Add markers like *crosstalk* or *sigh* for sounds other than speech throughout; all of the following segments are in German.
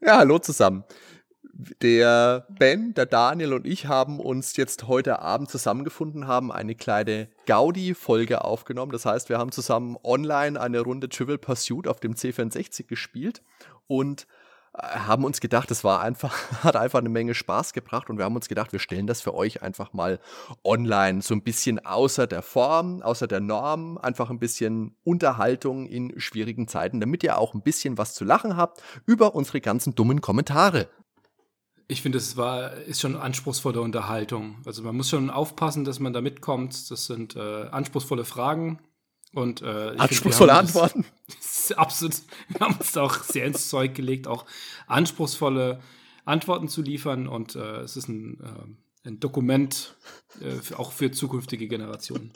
Ja, hallo zusammen. Der Ben, der Daniel und ich haben uns jetzt heute Abend zusammengefunden, haben eine kleine Gaudi-Folge aufgenommen. Das heißt, wir haben zusammen online eine Runde Trivial Pursuit auf dem C64 gespielt und äh, haben uns gedacht, es war einfach, *laughs* hat einfach eine Menge Spaß gebracht und wir haben uns gedacht, wir stellen das für euch einfach mal online so ein bisschen außer der Form, außer der Norm, einfach ein bisschen Unterhaltung in schwierigen Zeiten, damit ihr auch ein bisschen was zu lachen habt über unsere ganzen dummen Kommentare. Ich finde, es war, ist schon anspruchsvolle Unterhaltung. Also man muss schon aufpassen, dass man da mitkommt. Das sind äh, anspruchsvolle Fragen und äh, ich find, Anspruchsvolle wir haben uns- Antworten. *laughs* Das ist absolut. Wir haben uns da auch sehr ins Zeug gelegt, auch anspruchsvolle Antworten zu liefern und äh, es ist ein, äh, ein Dokument äh, für, auch für zukünftige Generationen.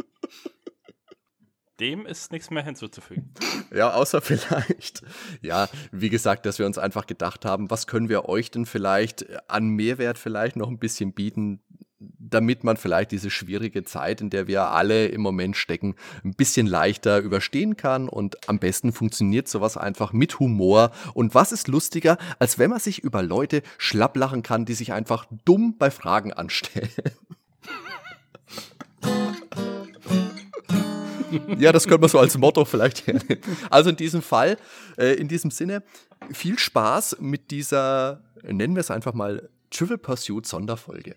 Dem ist nichts mehr hinzuzufügen. *laughs* Ja, außer vielleicht. Ja, wie gesagt, dass wir uns einfach gedacht haben, was können wir euch denn vielleicht äh, an Mehrwert vielleicht noch ein bisschen bieten, damit man vielleicht diese schwierige Zeit, in der wir alle im Moment stecken, ein bisschen leichter überstehen kann. Und am besten funktioniert sowas einfach mit Humor. Und was ist lustiger, als wenn man sich über Leute schlapp lachen kann, die sich einfach dumm bei Fragen anstellen. Ja, das könnte man so als Motto vielleicht hernehmen. Also in diesem Fall, äh, in diesem Sinne, viel Spaß mit dieser, nennen wir es einfach mal, Trivial Pursuit Sonderfolge.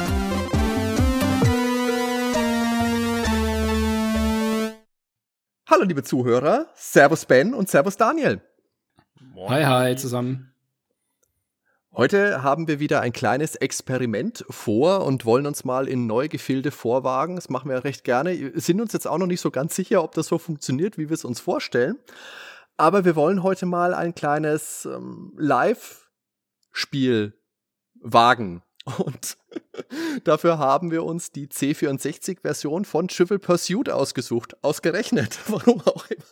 Hallo liebe Zuhörer, Servus Ben und Servus Daniel. Moin. Hi, hi zusammen. Heute haben wir wieder ein kleines Experiment vor und wollen uns mal in neue Gefilde vorwagen. Das machen wir recht gerne. Sind uns jetzt auch noch nicht so ganz sicher, ob das so funktioniert, wie wir es uns vorstellen. Aber wir wollen heute mal ein kleines ähm, Live-Spiel wagen. *laughs* Und dafür haben wir uns die C64-Version von Trivial Pursuit ausgesucht. Ausgerechnet. *laughs* Warum auch immer.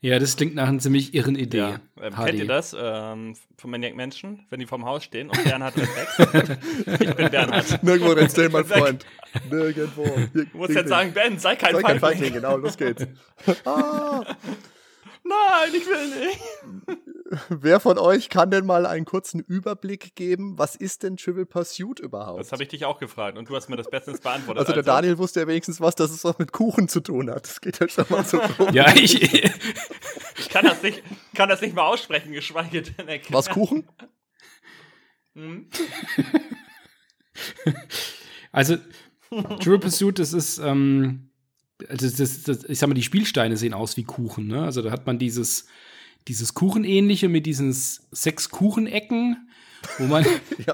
Ja, das klingt nach einer ziemlich irren Idee. Ja. Ähm, HD. kennt ihr das ähm, von Maniac Menschen, wenn die vorm Haus stehen und Bernhard rennt weg? ich bin Bernhard. Nirgendwo rennst du mein Sag- Freund. *laughs* Nirgendwo. Du musst jetzt sagen, Ben, sei kein Soll kein Feigling. Feigling, genau, los geht's. ah, *laughs* Nein, ich will nicht. wer von euch kann denn mal einen kurzen Überblick geben? Was ist denn Trivial Pursuit überhaupt? Das habe ich dich auch gefragt und du hast mir das bestens beantwortet. also der Daniel wusste ja wenigstens was, dass es was mit Kuchen zu tun hat. Das geht ja schon mal *laughs* so rum. Ja, ich. Ich kann das nicht, kann das nicht mal aussprechen, geschweige denn erklären. Was Kuchen? Hm? Also, Trivial Pursuit, das ist, ähm, das, das, das, ich sag mal, die Spielsteine sehen aus wie Kuchen, ne? Also, da hat man dieses, dieses Kuchenähnliche mit diesen s- sechs Kuchenecken, wo man,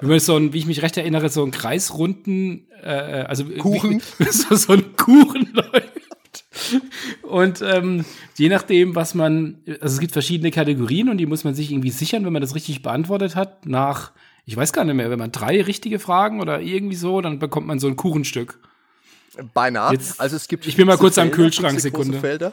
wenn man so ein, wie ich mich recht erinnere, so einen kreisrunden, äh, also Kuchen. wie, *laughs* so, so ein Kuchen *laughs* läuft. Und ähm, je nachdem, was man, also es gibt verschiedene Kategorien und die muss man sich irgendwie sichern, wenn man das richtig beantwortet hat, nach, ich weiß gar nicht mehr, wenn man drei richtige Fragen oder irgendwie so, dann bekommt man so ein Kuchenstück. Beinahe. Jetzt- also es gibt ich bin mal feste kurz am Felder, Kühlschrank, fixe große Sekunde. Felder.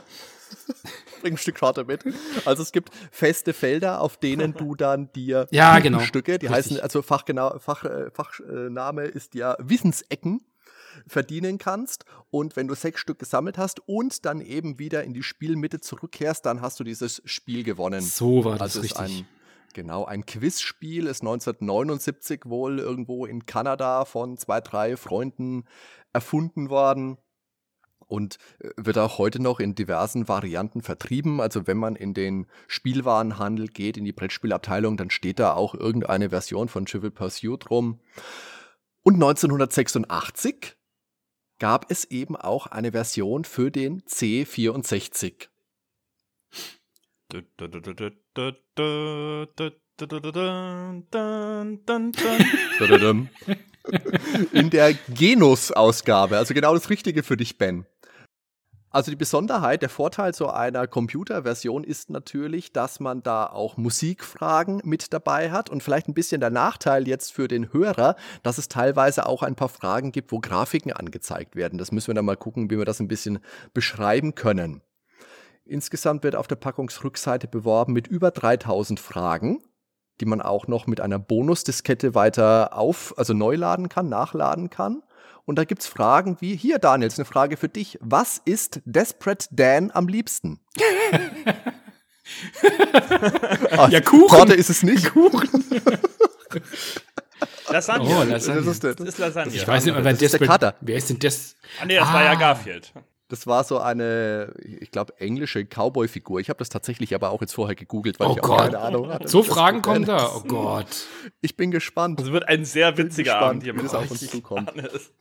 *laughs* Bring ein Stück Karte mit. Also es gibt feste Felder, auf denen du dann dir *laughs* Ja, genau. Stücke, die Richtig. heißen, also Fachgenau, Fach, äh, Fachname ist ja Wissensecken, verdienen kannst. Und wenn du sechs Stück gesammelt hast und dann eben wieder in die Spielmitte zurückkehrst, dann hast du dieses Spiel gewonnen. So war das Also es ist richtig. ein, genau, ein Quizspiel ist 1979 wohl irgendwo in Kanada von zwei, drei Freunden erfunden worden und äh, wird auch heute noch in diversen Varianten vertrieben. Also wenn man in den Spielwarenhandel geht, in die Brettspielabteilung, dann steht da auch irgendeine Version von Trivial Pursuit rum. Und 1986 gab es eben auch eine Version für den C64. Du, du, du, du, du, du, du, du, du, du, du, dun, dun, dun, dun. Dadadam. In der Genus-Ausgabe, also genau das Richtige für dich, Ben. Also die Besonderheit, der Vorteil so einer Computerversion ist natürlich, dass man da auch Musikfragen mit dabei hat und vielleicht ein bisschen der Nachteil jetzt für den Hörer, dass es teilweise auch ein paar Fragen gibt, wo Grafiken angezeigt werden. Das müssen wir dann mal gucken, wie wir das ein bisschen beschreiben können. Insgesamt wird auf der Packungsrückseite beworben mit über 3000 Fragen, die man auch noch mit einer Bonusdiskette weiter auf, also neu laden kann, nachladen kann. Und da gibt's Fragen wie, hier Daniels, eine Frage für dich. Was ist Desperate Dan am *laughs* liebsten? Ja, Kuchen. Ah, Torte ist es nicht. Kuchen. Lasagne. Oh, Lasagne. Das ist das. Das ist Lasagne. Ich weiß nicht, aber Das ist der Desperate- Cutter. Wer ist denn das? Ah, nee, das war ja Ah. Garfield. Das war so eine, ich glaube, englische Cowboy-Figur. Ich habe das tatsächlich aber auch jetzt vorher gegoogelt, weil Oh ich auch Gott. keine Ahnung hatte. So Das Fragen wird kommen ein- da. Oh Gott. Ich bin gespannt. Das wird ein sehr witziger gespannt, Abend hier wie mit das auf euch. uns zukommt. Johannes.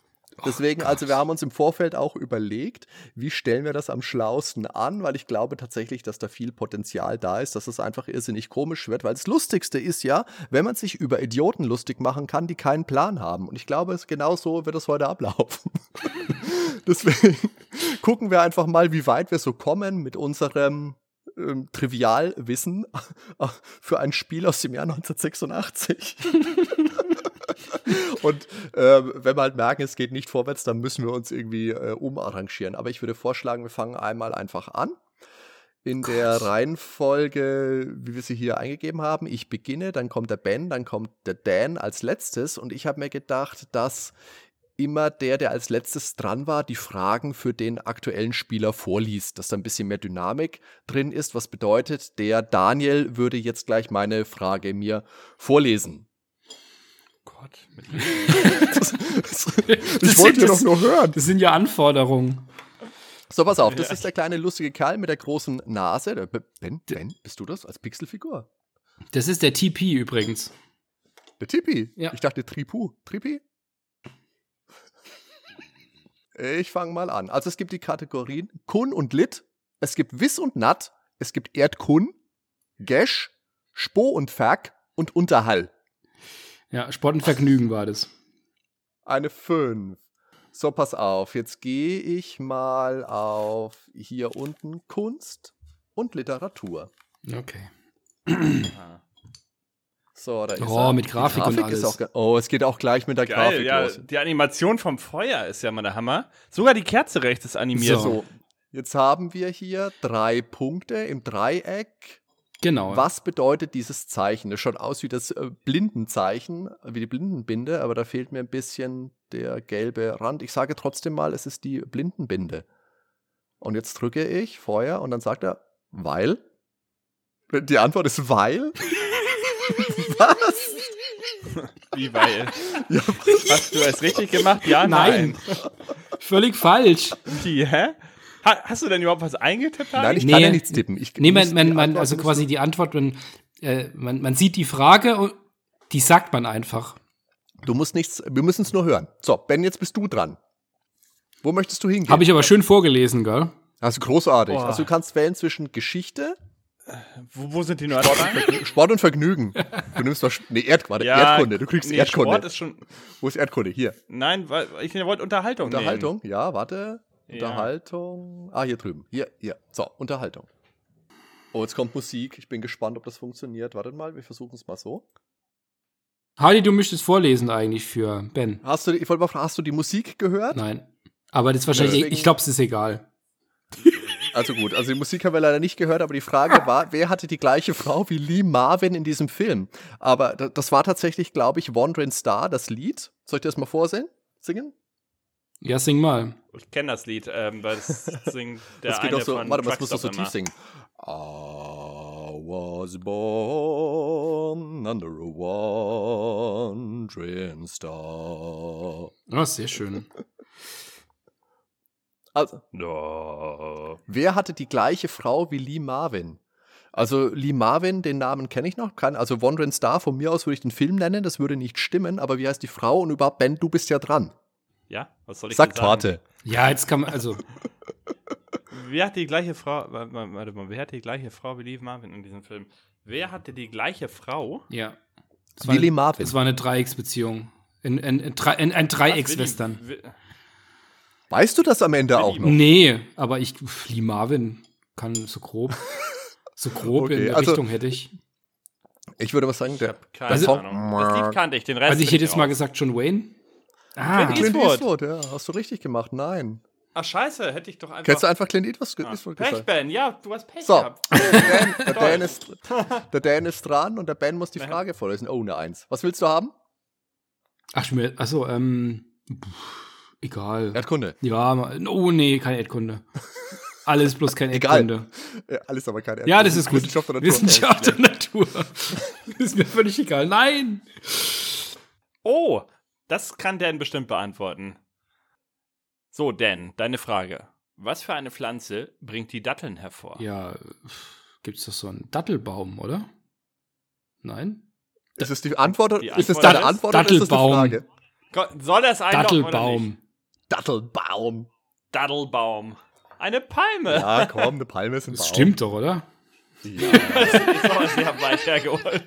Deswegen, also wir haben uns im Vorfeld auch überlegt, wie stellen wir das am schlausten an, weil ich glaube tatsächlich, dass da viel Potenzial da ist, dass es einfach irrsinnig komisch wird, weil das Lustigste ist ja, wenn man sich über Idioten lustig machen kann, die keinen Plan haben. Und ich glaube, es genau so wird es heute ablaufen. *laughs* Deswegen gucken wir einfach mal, wie weit wir so kommen mit unserem ähm, Trivialwissen *laughs* für ein Spiel aus dem Jahr 1986. *laughs* Und ähm, wenn wir halt merken, es geht nicht vorwärts, dann müssen wir uns irgendwie äh, umarrangieren. Aber ich würde vorschlagen, wir fangen einmal einfach an. In der Reihenfolge, wie wir sie hier eingegeben haben, ich beginne, dann kommt der Ben, dann kommt der Dan als letztes. Und ich habe mir gedacht, dass immer der, der als letztes dran war, die Fragen für den aktuellen Spieler vorliest, dass da ein bisschen mehr Dynamik drin ist. Was bedeutet, der Daniel würde jetzt gleich meine Frage mir vorlesen. Oh Gott, mit Das ich wollte sind- doch nur hören. Das sind ja Anforderungen. So, pass auf, das ist der kleine lustige Kerl mit der großen Nase. Der B- Ben, ben bist du das als Pixelfigur? Das ist der TP übrigens. Der Tippi. Ja. Ich dachte Tripu. Trippi? Ich fange mal an. Also es gibt die Kategorien Kun und Lit, es gibt Wiss und Nat, es gibt Erdkun, Gesch, Spo und Ferg und Unterhall. Ja, Sport und Vergnügen war das. Eine 5. So, pass auf. Jetzt gehe ich mal auf hier unten Kunst und Literatur. Okay. Ah. So, da ist Oh, er. mit Die Grafik und alles. Ist auch ge- oh, es geht auch gleich mit der Geil, Grafik ja. los. Die Animation vom Feuer ist ja mal der Hammer. Sogar die Kerze rechts ist animiert. So. So, jetzt haben wir hier drei Punkte im Dreieck. Genau. Was bedeutet dieses Zeichen? Das schaut aus wie das äh, Blindenzeichen, wie die Blindenbinde, aber da fehlt mir ein bisschen der gelbe Rand. Ich sage trotzdem mal, es ist die Blindenbinde. Und jetzt drücke ich Feuer und dann sagt er, weil? Die Antwort ist weil? Was? Wie weil? *laughs* Ja, Hast du es richtig gemacht? Ja, nein. Nein. Völlig falsch. Die, hä? Ha, hast du denn überhaupt was eingetippt? Harry? Nein, ich Nee. kann ja nichts tippen. Ich Nee, muss man, die man, man, Antwort also wissen. quasi die Antwort, man, äh, man, man sieht die Frage und die sagt man einfach. Du musst nichts, wir müssen es nur hören. So, Ben, jetzt bist du dran. Wo möchtest du hingehen? Habe ich aber schön vorgelesen, gell? Also großartig. Boah. Also du kannst wählen zwischen Geschichte, Wo, wo sind die Nordfragen? Sport und Vergnügen. Du nimmst doch nee, Erdkunde, Erdkunde. Du kriegst nee, Sport Erdkunde. ist Oh, schon. Wo ist Erdkunde? Hier. Nein, weil weil ich wollte Unterhaltung. Unterhaltung. Ja, warte. Ja. Unterhaltung. Ah, hier drüben. Hier, hier. So, Unterhaltung. Oh, jetzt kommt Musik. Ich bin gespannt, ob das funktioniert. Wartet mal, wir versuchen es mal so. Hardy, du möchtest vorlesen eigentlich für Ben. Hast du, ich wollte mal fragen, hast du die Musik gehört? Nein. Aber das ist wahrscheinlich, Deswegen- ich glaube, es ist egal. Also gut, also die Musik haben wir leider nicht gehört, aber die Frage war, wer hatte die gleiche Frau wie Lee Marvin in diesem Film? Aber da- das war tatsächlich, glaube ich, Wandering Star, das Lied. Soll ich dir das mal vorsingen? Singen? Ja, sing mal. nehmen. Ich kenne das Lied, ähm, weil das *laughs* singt der das eine geht doch so, von warte mal, das Truckstop musst du so immer. tief singen. I was born under a wandering star. Oh, sehr schön. Also, No. Wer hatte die gleiche Frau wie Lee Marvin? Also Lee Marvin, den Namen kenne ich noch. Kann, also Wandering Star, von mir aus würde ich den Film nennen, das würde nicht stimmen, aber wie heißt die Frau und überhaupt, Ben, du bist ja dran. Ja, was soll ich Sag denn sagen? Torte. Ja, jetzt kann man, also, Wer hat die gleiche Frau, wa- wa- warte mal, wer hat die gleiche Frau wie Lee Marvin in diesem Film? Wer hatte die gleiche Frau? ja. Es war, Willy eine, Marvin. es war eine Dreiecksbeziehung. Ein, ein, ein, Dre- ein, ein Was, Dreieckswestern. Willi- Wi- Weißt du das am Ende auch noch? Nee, aber ich, pf, Lee Marvin kann so grob, so grob Okay, in der also- Richtung hätte ich. Ich würde mal sagen, der Keine Also- Ahnung. Das Lied kannte ich, den Rest. Also ich bin hätte jetzt mal raus. gesagt John Wayne. Ah, Clint Clint Eastwood. Eastwood, ja, hast du richtig gemacht. Nein. Ach, scheiße, hätte ich doch einfach. Hättest du einfach Clint Eastwood ge- Ah, Eastwood Pech, gesagt. Ben, ja, du hast Pech So. gehabt. Dan, *laughs* der, Toll. Dan ist, der Dan ist dran und der Ben muss die Nein. Frage vorlesen. Oh, eine Eins. Was willst du haben? ach, schon wieder- ach so, ähm, pff, egal. Erdkunde. Ja, ma- oh nee, kein Erdkunde. Alles bloß kein Egal. Erdkunde. Ja, alles aber keine Ja, das ist gut. Wissenschaft oder Natur. Wissenschaft und Natur. *laughs* ist mir völlig egal. Nein. Oh, das kann Dan bestimmt beantworten. So, Dan, deine Frage. Was für eine Pflanze bringt die Datteln hervor? Ja, pff, gibt's doch so einen Dattelbaum, oder? Nein? Ist es die Antwort? Die ist es Antwort deine ist Antwort oder ist es die Dattelbaum. Frage? Gott, Soll das einloggen oder nicht? Dattelbaum. Dattelbaum. Dattelbaum. Eine Palme. *laughs* Ja, komm, eine Palme ist ein Baum. Das stimmt doch, oder? Ich glaube, sie haben weit hergeholt.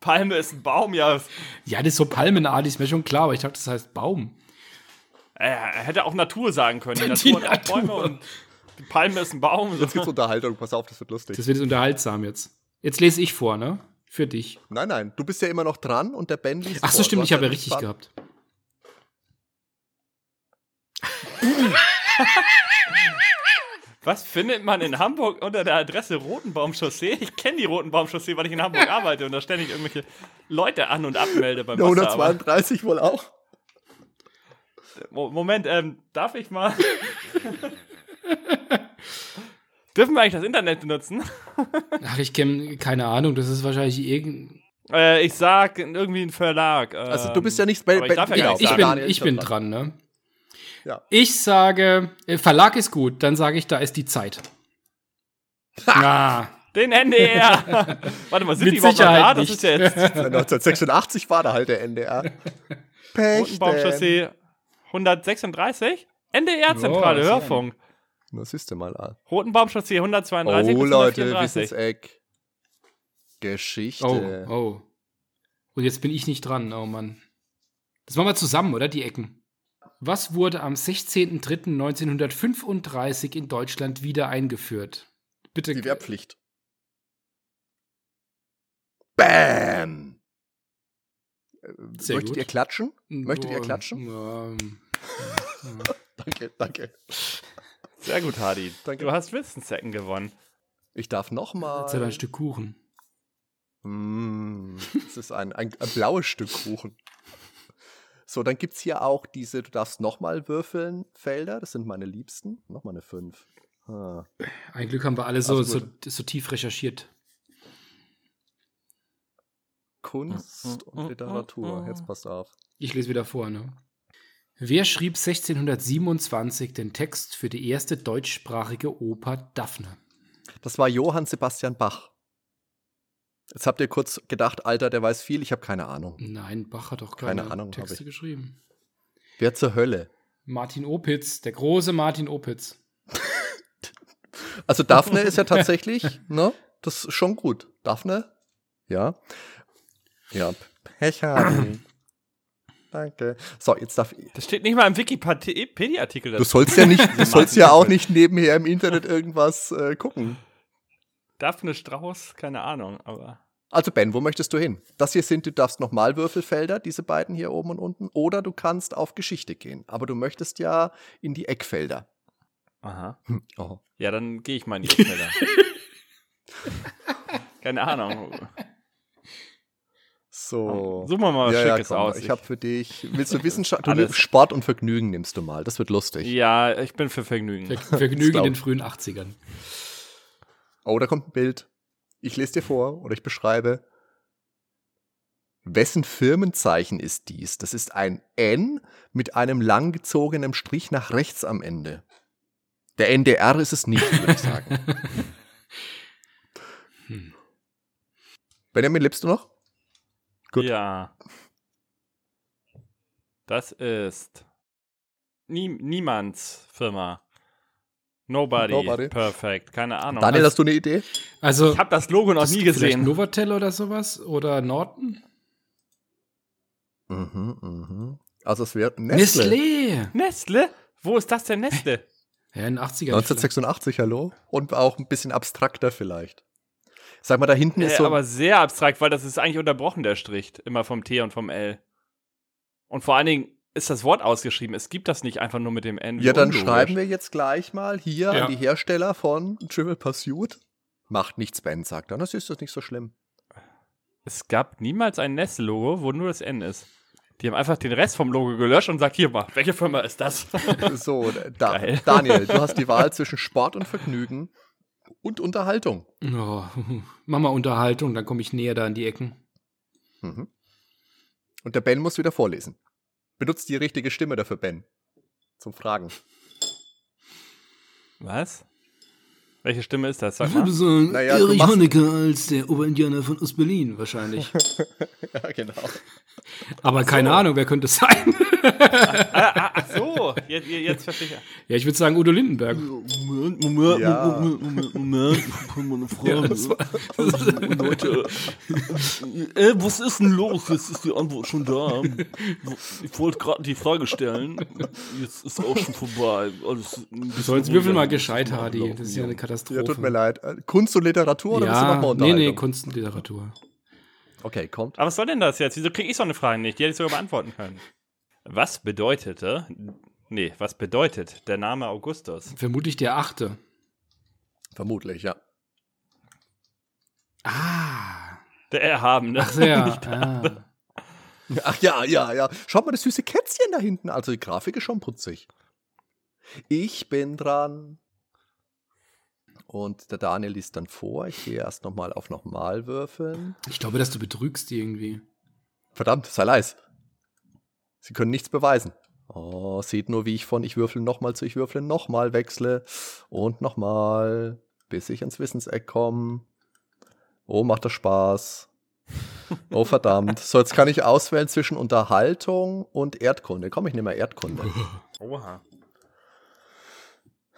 Palme ist ein Baum, ja. Ja, das ist so palmenartig, ist mir schon klar, aber ich dachte, das heißt Baum. Er hätte auch Natur sagen können. Die Natur, Die hat auch Bäume Natur. und die Palme ist ein Baum. Jetzt gibt's Unterhaltung. Pass auf, das wird lustig. Das wird jetzt unterhaltsam jetzt. Jetzt lese ich vor, ne? Für dich. nein, nein, du bist ja immer noch dran und der Ben liest Ach so, vor. stimmt, Du ich hast habe ja richtig nicht gehabt. Was findet man in Hamburg unter der Adresse Rotenbaum-Chaussee? Ich kenne die Rotenbaum-Chaussee, weil ich in Hamburg arbeite und da stelle ich irgendwelche Leute an und *laughs* abmelde beim Der Wasser. aber- 132 wohl *laughs* auch. Mo- Moment, ähm, darf ich mal? *laughs* Dürfen wir eigentlich das Internet benutzen? Ach, ich kenne keine Ahnung, das ist wahrscheinlich irgendein. Äh, ich sag irgendwie ein Verlag. Ähm, Also du bist ja nicht bei aber ich darf ja genau, gar nicht ich sagen. bin, Daniel ich ist bin dran. dran, ne? Ja. Ich sage, äh, Verlag ist gut, dann sage ich, da ist die Zeit. Ah, den *laughs* NDR. Warte mal, sind Mit die überhaupt noch Sicherheit da? Das nicht. ist ja jetzt 1986 war da halt der *laughs* NDR. Pech. denn. Rotenbaumchaussee ähm. 136? NDR-Zentrale Oh, sehr. Hörfunk. Na, siehst du mal an. Rotenbaumchaussee 132 Oh bis Leute, 134. Wissenseck. Geschichte. oh, oh. Und jetzt bin ich nicht dran, oh Mann. Das machen wir zusammen, oder? Die Ecken. Was wurde am 16.03.1935 in Deutschland wieder eingeführt? Bitte. Die Wehrpflicht. Bam! Äh, Sehr Möchtet gut. ihr klatschen? Möchtet ihr Boah, klatschen? oh, ähm, Danke, danke. Sehr gut, Hardy. Danke. Du hast Wissenssäcken gewonnen. Ich darf nochmal. Jetzt hat er ein Stück Kuchen. Mm, das ist ein, ein, ein blaues Stück Kuchen. So, dann gibt es hier auch diese, du darfst nochmal würfeln, Felder. Das sind meine Liebsten. Nochmal eine 5. Ah. Ein Glück haben wir alle so, Alles so, gut. so tief recherchiert. Kunst Mm, mm, und Literatur. mm, mm. Jetzt passt auf. Ich lese wieder vor, ne? Wer schrieb 1627 den Text für die erste deutschsprachige Oper Daphne? Das war Johann Sebastian Bach. Jetzt habt ihr kurz gedacht, Alter, der weiß viel, ich habe keine Ahnung. Nein, Bach hat auch keine, Keine Ahnung, hab Texte ich. geschrieben. Wer zur Hölle? Martin Opitz, der große Martin Opitz. Also *laughs* Daphne ist ja tatsächlich, ne? Das ist schon gut. Daphne? Ja. Ja. Pech haben. *clears throat* Danke. So, jetzt darf ich. Das steht nicht mal im Wikipedia-Artikel. Du sollst ja nicht, du sollst ja auch Martin- nicht nebenher im Internet irgendwas äh, gucken. Daphne Strauß, keine Ahnung, aber. Also Ben, wo möchtest du hin? Das hier sind, du darfst nochmal Würfelfelder, diese beiden hier oben und unten, oder du kannst auf Geschichte gehen. Aber du möchtest ja in die Eckfelder. Aha. Hm. Oh. Ja, dann gehe ich mal in *laughs* die Felder. keine Ahnung. So. Suchen wir mal was Oh. ja, ja, Oh, Schickes komm, aus. Ich habe für dich. Willst du *laughs* Wissenschaft? Du Alles. nimmst Sport und Vergnügen nimmst du mal. Das wird lustig. ja, ich bin für Vergnügen. *laughs* Ver Vergnügen in glaub den ich. frühen 80ern. Oh, da kommt ein Bild. Ich lese dir vor oder ich beschreibe. Wessen Firmenzeichen ist dies? Das ist ein N mit einem langgezogenen Strich nach rechts am Ende. Der NDR ist es *laughs* nicht, würde ich sagen. Hm. Benjamin, lebst du noch? Gut. Ja. Das ist nie, niemands Firma. Nobody, Nobody. Perfect. Keine Ahnung. Daniel, hast du eine Idee? *laughs* Also, ich habe das Logo noch das- nie vielleicht gesehen. Novatel oder sowas? Oder Norton? Mhm, mhm. Also es wäre Nestle. Nestlé! Nestle? Wo ist das denn Nestle? *laughs* Ja, in den 80ern. 1986, hallo? Und auch ein bisschen abstrakter vielleicht. Sag mal, da hinten Äh, ist so. aber sehr abstrakt, weil das ist eigentlich unterbrochen, der Strich. Immer vom T und vom L. Und vor allen Dingen ist das Wort ausgeschrieben. Es gibt das nicht einfach nur mit dem N. ja, dann schreiben wir jetzt gleich mal hier Ja. an die Hersteller von Trivial Pursuit. Macht nichts, Ben, sagt er. Das ist das nicht so *laughs* schlimm. Es gab niemals ein Nestle-Logo, wo nur das N ist. Die haben einfach den Rest vom Logo gelöscht und sagt, hier mal, welche Firma ist das? So, da, *laughs* Geil. Daniel, du hast die Wahl zwischen Sport und Vergnügen und Unterhaltung. Oh, *laughs* mach mal Unterhaltung, dann komme ich näher da in die Ecken. Mhm. Und der Ben muss wieder vorlesen. Benutzt die richtige Stimme dafür, Ben. Zum *laughs* Fragen. *laughs* Was? Welche Stimme ist das? Sag mal. sagen, Naja, du Erich machst- Honecker als der Oberindianer von *laughs* Ostberlin wahrscheinlich. ja, genau. Aber keine Ahnung, wer könnte es sein? *laughs* *laughs* Ah, ah, ach so, jetzt, jetzt verstehe ich. ja, ich würde sagen Udo Lindenberg. Moment, Moment, Ja. Moment, Moment, Moment, ich hab mal eine Ja, Frage. das war, Leute, ey, Äh, was ist denn los? Jetzt ist die Antwort schon da. Ich wollte gerade die Frage stellen. Jetzt ist auch schon vorbei. Alles ein du sollst bisschen würfeln mal ruhiger. gescheit, Hardy. Das ist ja eine Katastrophe. Ja, tut mir leid. Äh, Kunst und Literatur oder bist du Ja, nochmal nee, nee, Unterhaltung? Kunst und Literatur. okay, kommt. *laughs* Aber was soll denn das jetzt? Wieso kriege ich so eine Frage nicht? Die hätte ich sogar beantworten können. Was bedeutete. Nee, was bedeutet der Name Augustus? Vermutlich der Achte. Vermutlich, ja. Ah, Der Erhabene. *laughs* ach *laughs* sehr. ah. Ach ja, ja, ja. Schaut mal das süße Kätzchen da hinten. Also die Grafik ist schon putzig. Ich bin dran. Und der Daniel liest dann vor. Ich gehe erst nochmal auf nochmal würfeln. Ich glaube, dass du betrügst irgendwie. Verdammt, sei leis. Sie können nichts beweisen. Oh, seht nur, wie ich von ich würfle nochmal zu ich würfle nochmal wechsle und nochmal, bis ich ins Wissenseck komme. Oh, macht das Spaß. Oh, verdammt. So, jetzt kann ich auswählen zwischen Unterhaltung und Erdkunde. Komm, ich nehme mal Erdkunde. Oha.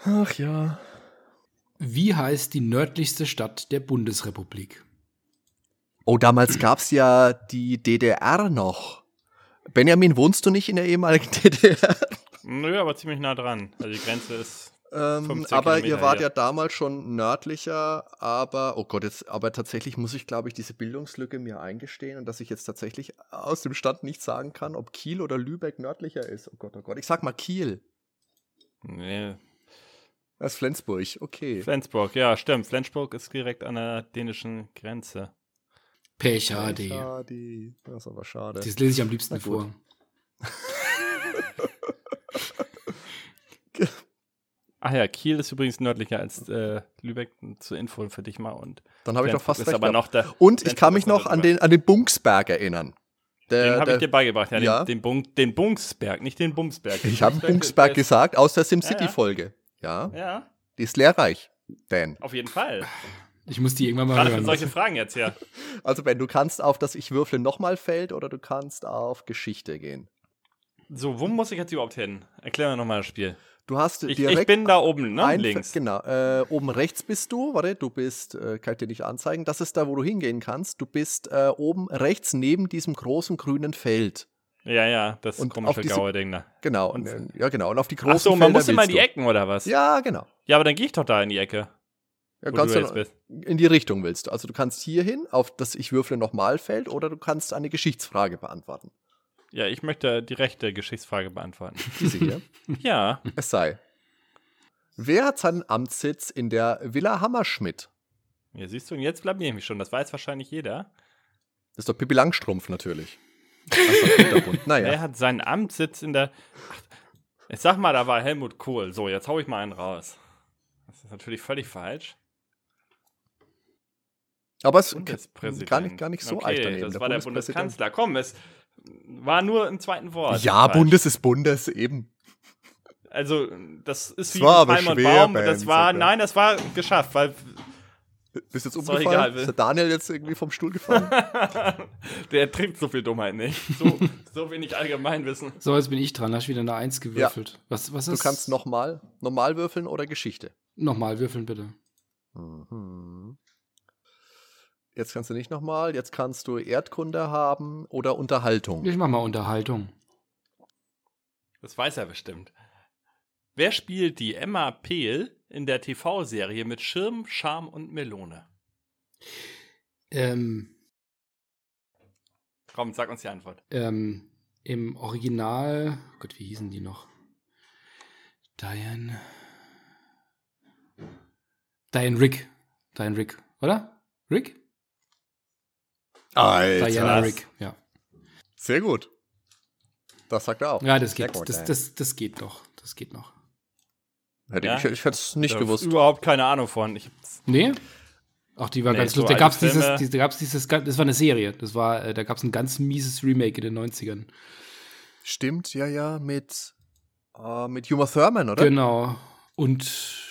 Ach ja. Wie heißt die nördlichste Stadt der Bundesrepublik? Oh, damals gab's ja die DDR noch. Benjamin, wohnst du nicht in der ehemaligen *laughs* DDR? Nö, aber ziemlich nah dran. Also die Grenze ist. Ähm, 15 aber ihr Kilometer, wart ja. ja. damals schon nördlicher, aber oh Gott, jetzt, aber tatsächlich muss ich, glaube ich, diese Bildungslücke mir eingestehen und dass ich jetzt tatsächlich aus dem Stand nicht sagen kann, ob Kiel oder Lübeck nördlicher ist. Oh Gott, oh Gott, ich sag mal Kiel. Nee. Das ist Flensburg, okay. Flensburg, ja, stimmt. Flensburg ist direkt an der dänischen Grenze. Pech, Hardy. Schade. Das ist aber schade. Das lese ich am liebsten Na gut. vor. Ach ja, Kiel ist übrigens nördlicher als äh, Lübeck. Zur Info für dich mal. Und Dann habe ich doch Flensburg fast ist recht. aber gehabt. noch da. und ich kann mich Flensburg ist also noch noch an dabei. den, an den Bungsberg erinnern. Der- Den habe ich der- dir beigebracht, ja, ja. Den, den, Bunk, den Bungsberg, nicht den Bumsberg. ich *laughs* habe Bungsberg ist- gesagt, aus der Ja, ja. SimCity-Folge. Ja, Ja, die ist lehrreich, Dan. auf jeden Fall. Ich muss die irgendwann mal Gerade für solche hören. Fragen jetzt, ja. Also Ben, du kannst auf das Ich würfle nochmal fällt oder du kannst auf Geschichte gehen. So, wo muss ich jetzt überhaupt hin? Erklär mir nochmal das Spiel. Du hast Ich, direkt ich bin da oben, ne? ein- Links. Genau. Äh, oben rechts bist du. Warte, du bist, äh, kann ich dir nicht anzeigen. Das ist da, wo du hingehen kannst. Du bist äh, oben rechts neben diesem großen grünen Feld. Ja, ja, das Und auf komische diese- graue Ding da. Genau. Und- Und, äh, ja, genau. Und auf die großen Ach so, man Felder muss immer in willst die du. Ecken oder was? Ja, genau. Ja, aber dann gehe ich doch da in die Ecke. Ja, Wo kannst du du jetzt bist. in die Richtung willst. du. Also du kannst hier hin auf das Ich würfle nochmal Feld oder du kannst eine Geschichtsfrage beantworten. Ja, ich möchte die rechte Geschichtsfrage beantworten. *laughs* Diese hier. ja, es sei. Wer hat seinen Amtssitz in der Villa Hammerschmidt? ja, siehst du, und jetzt blamier ich mich schon. Das weiß wahrscheinlich jeder. Das ist doch Pippi Langstrumpf natürlich. Das ist doch *laughs* Hintergrund. Wer naja. hat seinen Amtssitz in der. Ach, Ich sag mal, da war Helmut Kohl. So, jetzt hau ich mal einen raus. Das ist natürlich völlig falsch. Aber es Bundespräsident. gar nicht, gar nicht so okay, alt daneben. Das war der Bundeskanzler. Komm, es war nur im zweiten Wort. Ja, Falsch. Bundes ist Bundes, eben. Also, das ist wie war aber Palm und schwer, Baum. Ben, das war, sagt er. nein, das war geschafft, weil *laughs* Bist jetzt Ist doch umgefallen? egal, ist der Daniel jetzt irgendwie vom Stuhl gefallen? der trinkt so viel Dummheit nicht. So, so wenig Allgemeinwissen. So, jetzt bin ich dran. Hast wieder eine Eins gewürfelt. Was, was du ist? kannst nochmal normal würfeln oder Geschichte. Nochmal würfeln, bitte. Mhm. Jetzt kannst du nicht nochmal, jetzt kannst du Erdkunde haben oder Unterhaltung. Ich mach mal Unterhaltung. Das weiß er bestimmt. Wer spielt die Emma Peel in der TV-Serie mit Schirm, Charme und Melone? Ähm, Komm, sag uns die Antwort. ähm, Im Original, oh Gott, wie hießen die noch? Diane. Diane Rick. Diane Rick, oder? Rick? Diana Alter. Rick, ja. Sehr gut. Das sagt er auch. Ja, das geht. Sehr gut, Das, ey. das, das geht noch. Das geht noch. Hätte Ja. ich, ich hätte es nicht Ich gewusst. Überhaupt keine Ahnung von. Ich hab's- Nee? Ach, die war Nee, ganz so lustig. Da alte gab's dieses, Filme. diese- da gab's dieses, ga- das war eine Serie. Das war, äh, da gab's ein ganz mieses Remake in den 90ern. Stimmt, ja, ja, mit, äh, mit Uma Thurman, oder? Genau. Und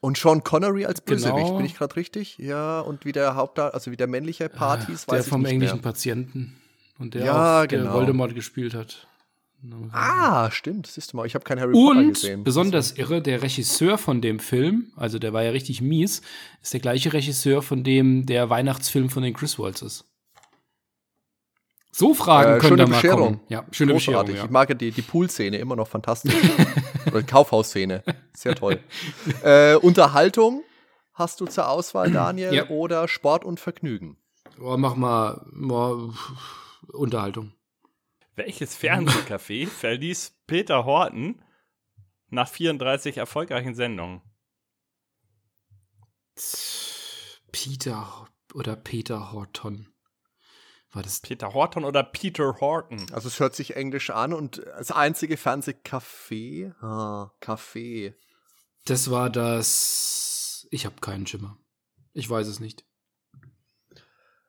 Und Sean Connery als Bösewicht, Genau. bin ich gerade richtig? Ja, und wie der Haupt, also wie der männliche Part hieß, Ah, äh, der weiß ich vom nicht englischen mehr. Patienten und der, Ja, auch, der genau. Voldemort gespielt hat. Ah, stimmt, siehst du mal, ich habe kein Harry Potter gesehen. Und besonders irre, der Regisseur von dem Film, also der war ja richtig mies, ist der gleiche Regisseur, von dem der Weihnachtsfilm von den Griswolds ist. So Fragen Äh, können schöne da mal Bescherung. kommen. Ja, schöne Großartig. Ich Bescherung. Ja. mag ja die, die Pool-Szene immer noch *laughs* fantastisch. Oder die Kaufhausszene. Sehr toll. äh, Unterhaltung hast du zur Auswahl, Daniel, *clears throat* Ja. oder Sport und Vergnügen? Oh, mach mal, mal pff, Unterhaltung. Welches *laughs* Fernsehcafé verließ Peter Horton nach 34 erfolgreichen Sendungen? Peter oder Peter Horton. War das Peter Horton oder Peter Horton? Also es hört sich englisch an und das einzige Fernsehcafé, ah, Café. Das war das. Ich habe keinen Schimmer. Ich weiß es nicht.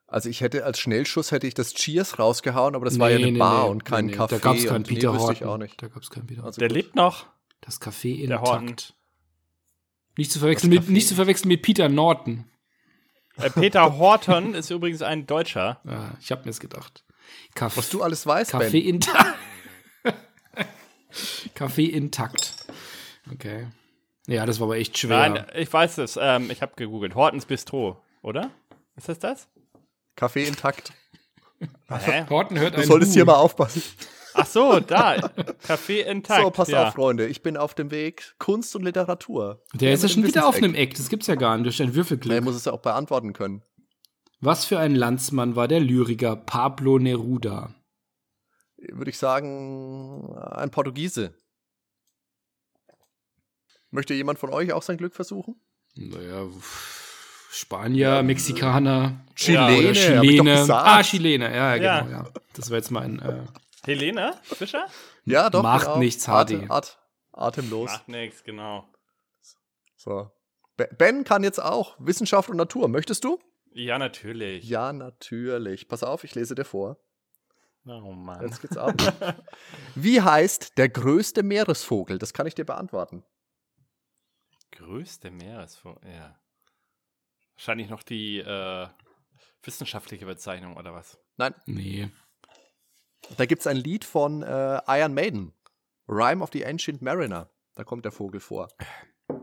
Also ich hätte als Schnellschuss hätte ich das Cheers rausgehauen, aber das war ja eine Bar und kein Café. Da gab es keinen und nee, Peter wüsste Horton. ich auch nicht. Da gab es keinen Peter Horton. Also Der gut. lebt noch. Das Café der Horton. intakt. Nicht zu, verwechseln Das mit, Café. nicht zu verwechseln mit Peter Norton. *laughs* Äh, Peter Horton ist übrigens ein Deutscher. Ah, ich habe mir es gedacht. Kaff Was du alles weißt, Café Ben. intakt. *laughs* Café intakt. Okay. Ja, das war aber echt schwer. Nein, ich weiß es. Ähm, ich habe gegoogelt. Hortons Bistro, oder? Ist das das? Café intakt. Hä? Horton hört Du solltest hier mal aufpassen. Ach so, da. Café intakt. So, pass ja. auf, Freunde. Ich bin auf dem Weg Kunst und Literatur. Der ist ja mit schon dem wieder auf Wissenseck. einem Eck. Das gibt's ja gar nicht. Durch ein Würfelglück. Er muss es ja auch beantworten können. Was für ein Landsmann war der Lyriker Pablo Neruda? Würde ich sagen, ein Portugiese. Möchte jemand von euch auch sein Glück versuchen? Naja, pff, äh, Spanier, Mexikaner, Chilene, Ah, oder hab ich doch Chilene. gesagt. Ah, Chilene, ja, ja, Ja. genau, ja. Das war jetzt mein. Äh, Helene Fischer? Ja, doch. Macht nichts, Hardy. Atem, at, atemlos. Macht nix, genau. So. Be- Ben kann jetzt auch Wissenschaft und Natur. Möchtest du? Ja, natürlich. Ja, natürlich. Pass auf, ich lese dir vor. Oh Mann. Jetzt geht's ab. *laughs* Wie heißt der größte Meeresvogel? Das kann ich dir beantworten. Größte Meeresvogel. Ja. Wahrscheinlich noch die äh, wissenschaftliche Bezeichnung oder was? nee. Da gibt's ein Lied von äh, Iron Maiden. Rhyme of the Ancient Mariner. Da kommt der Vogel vor. Weiß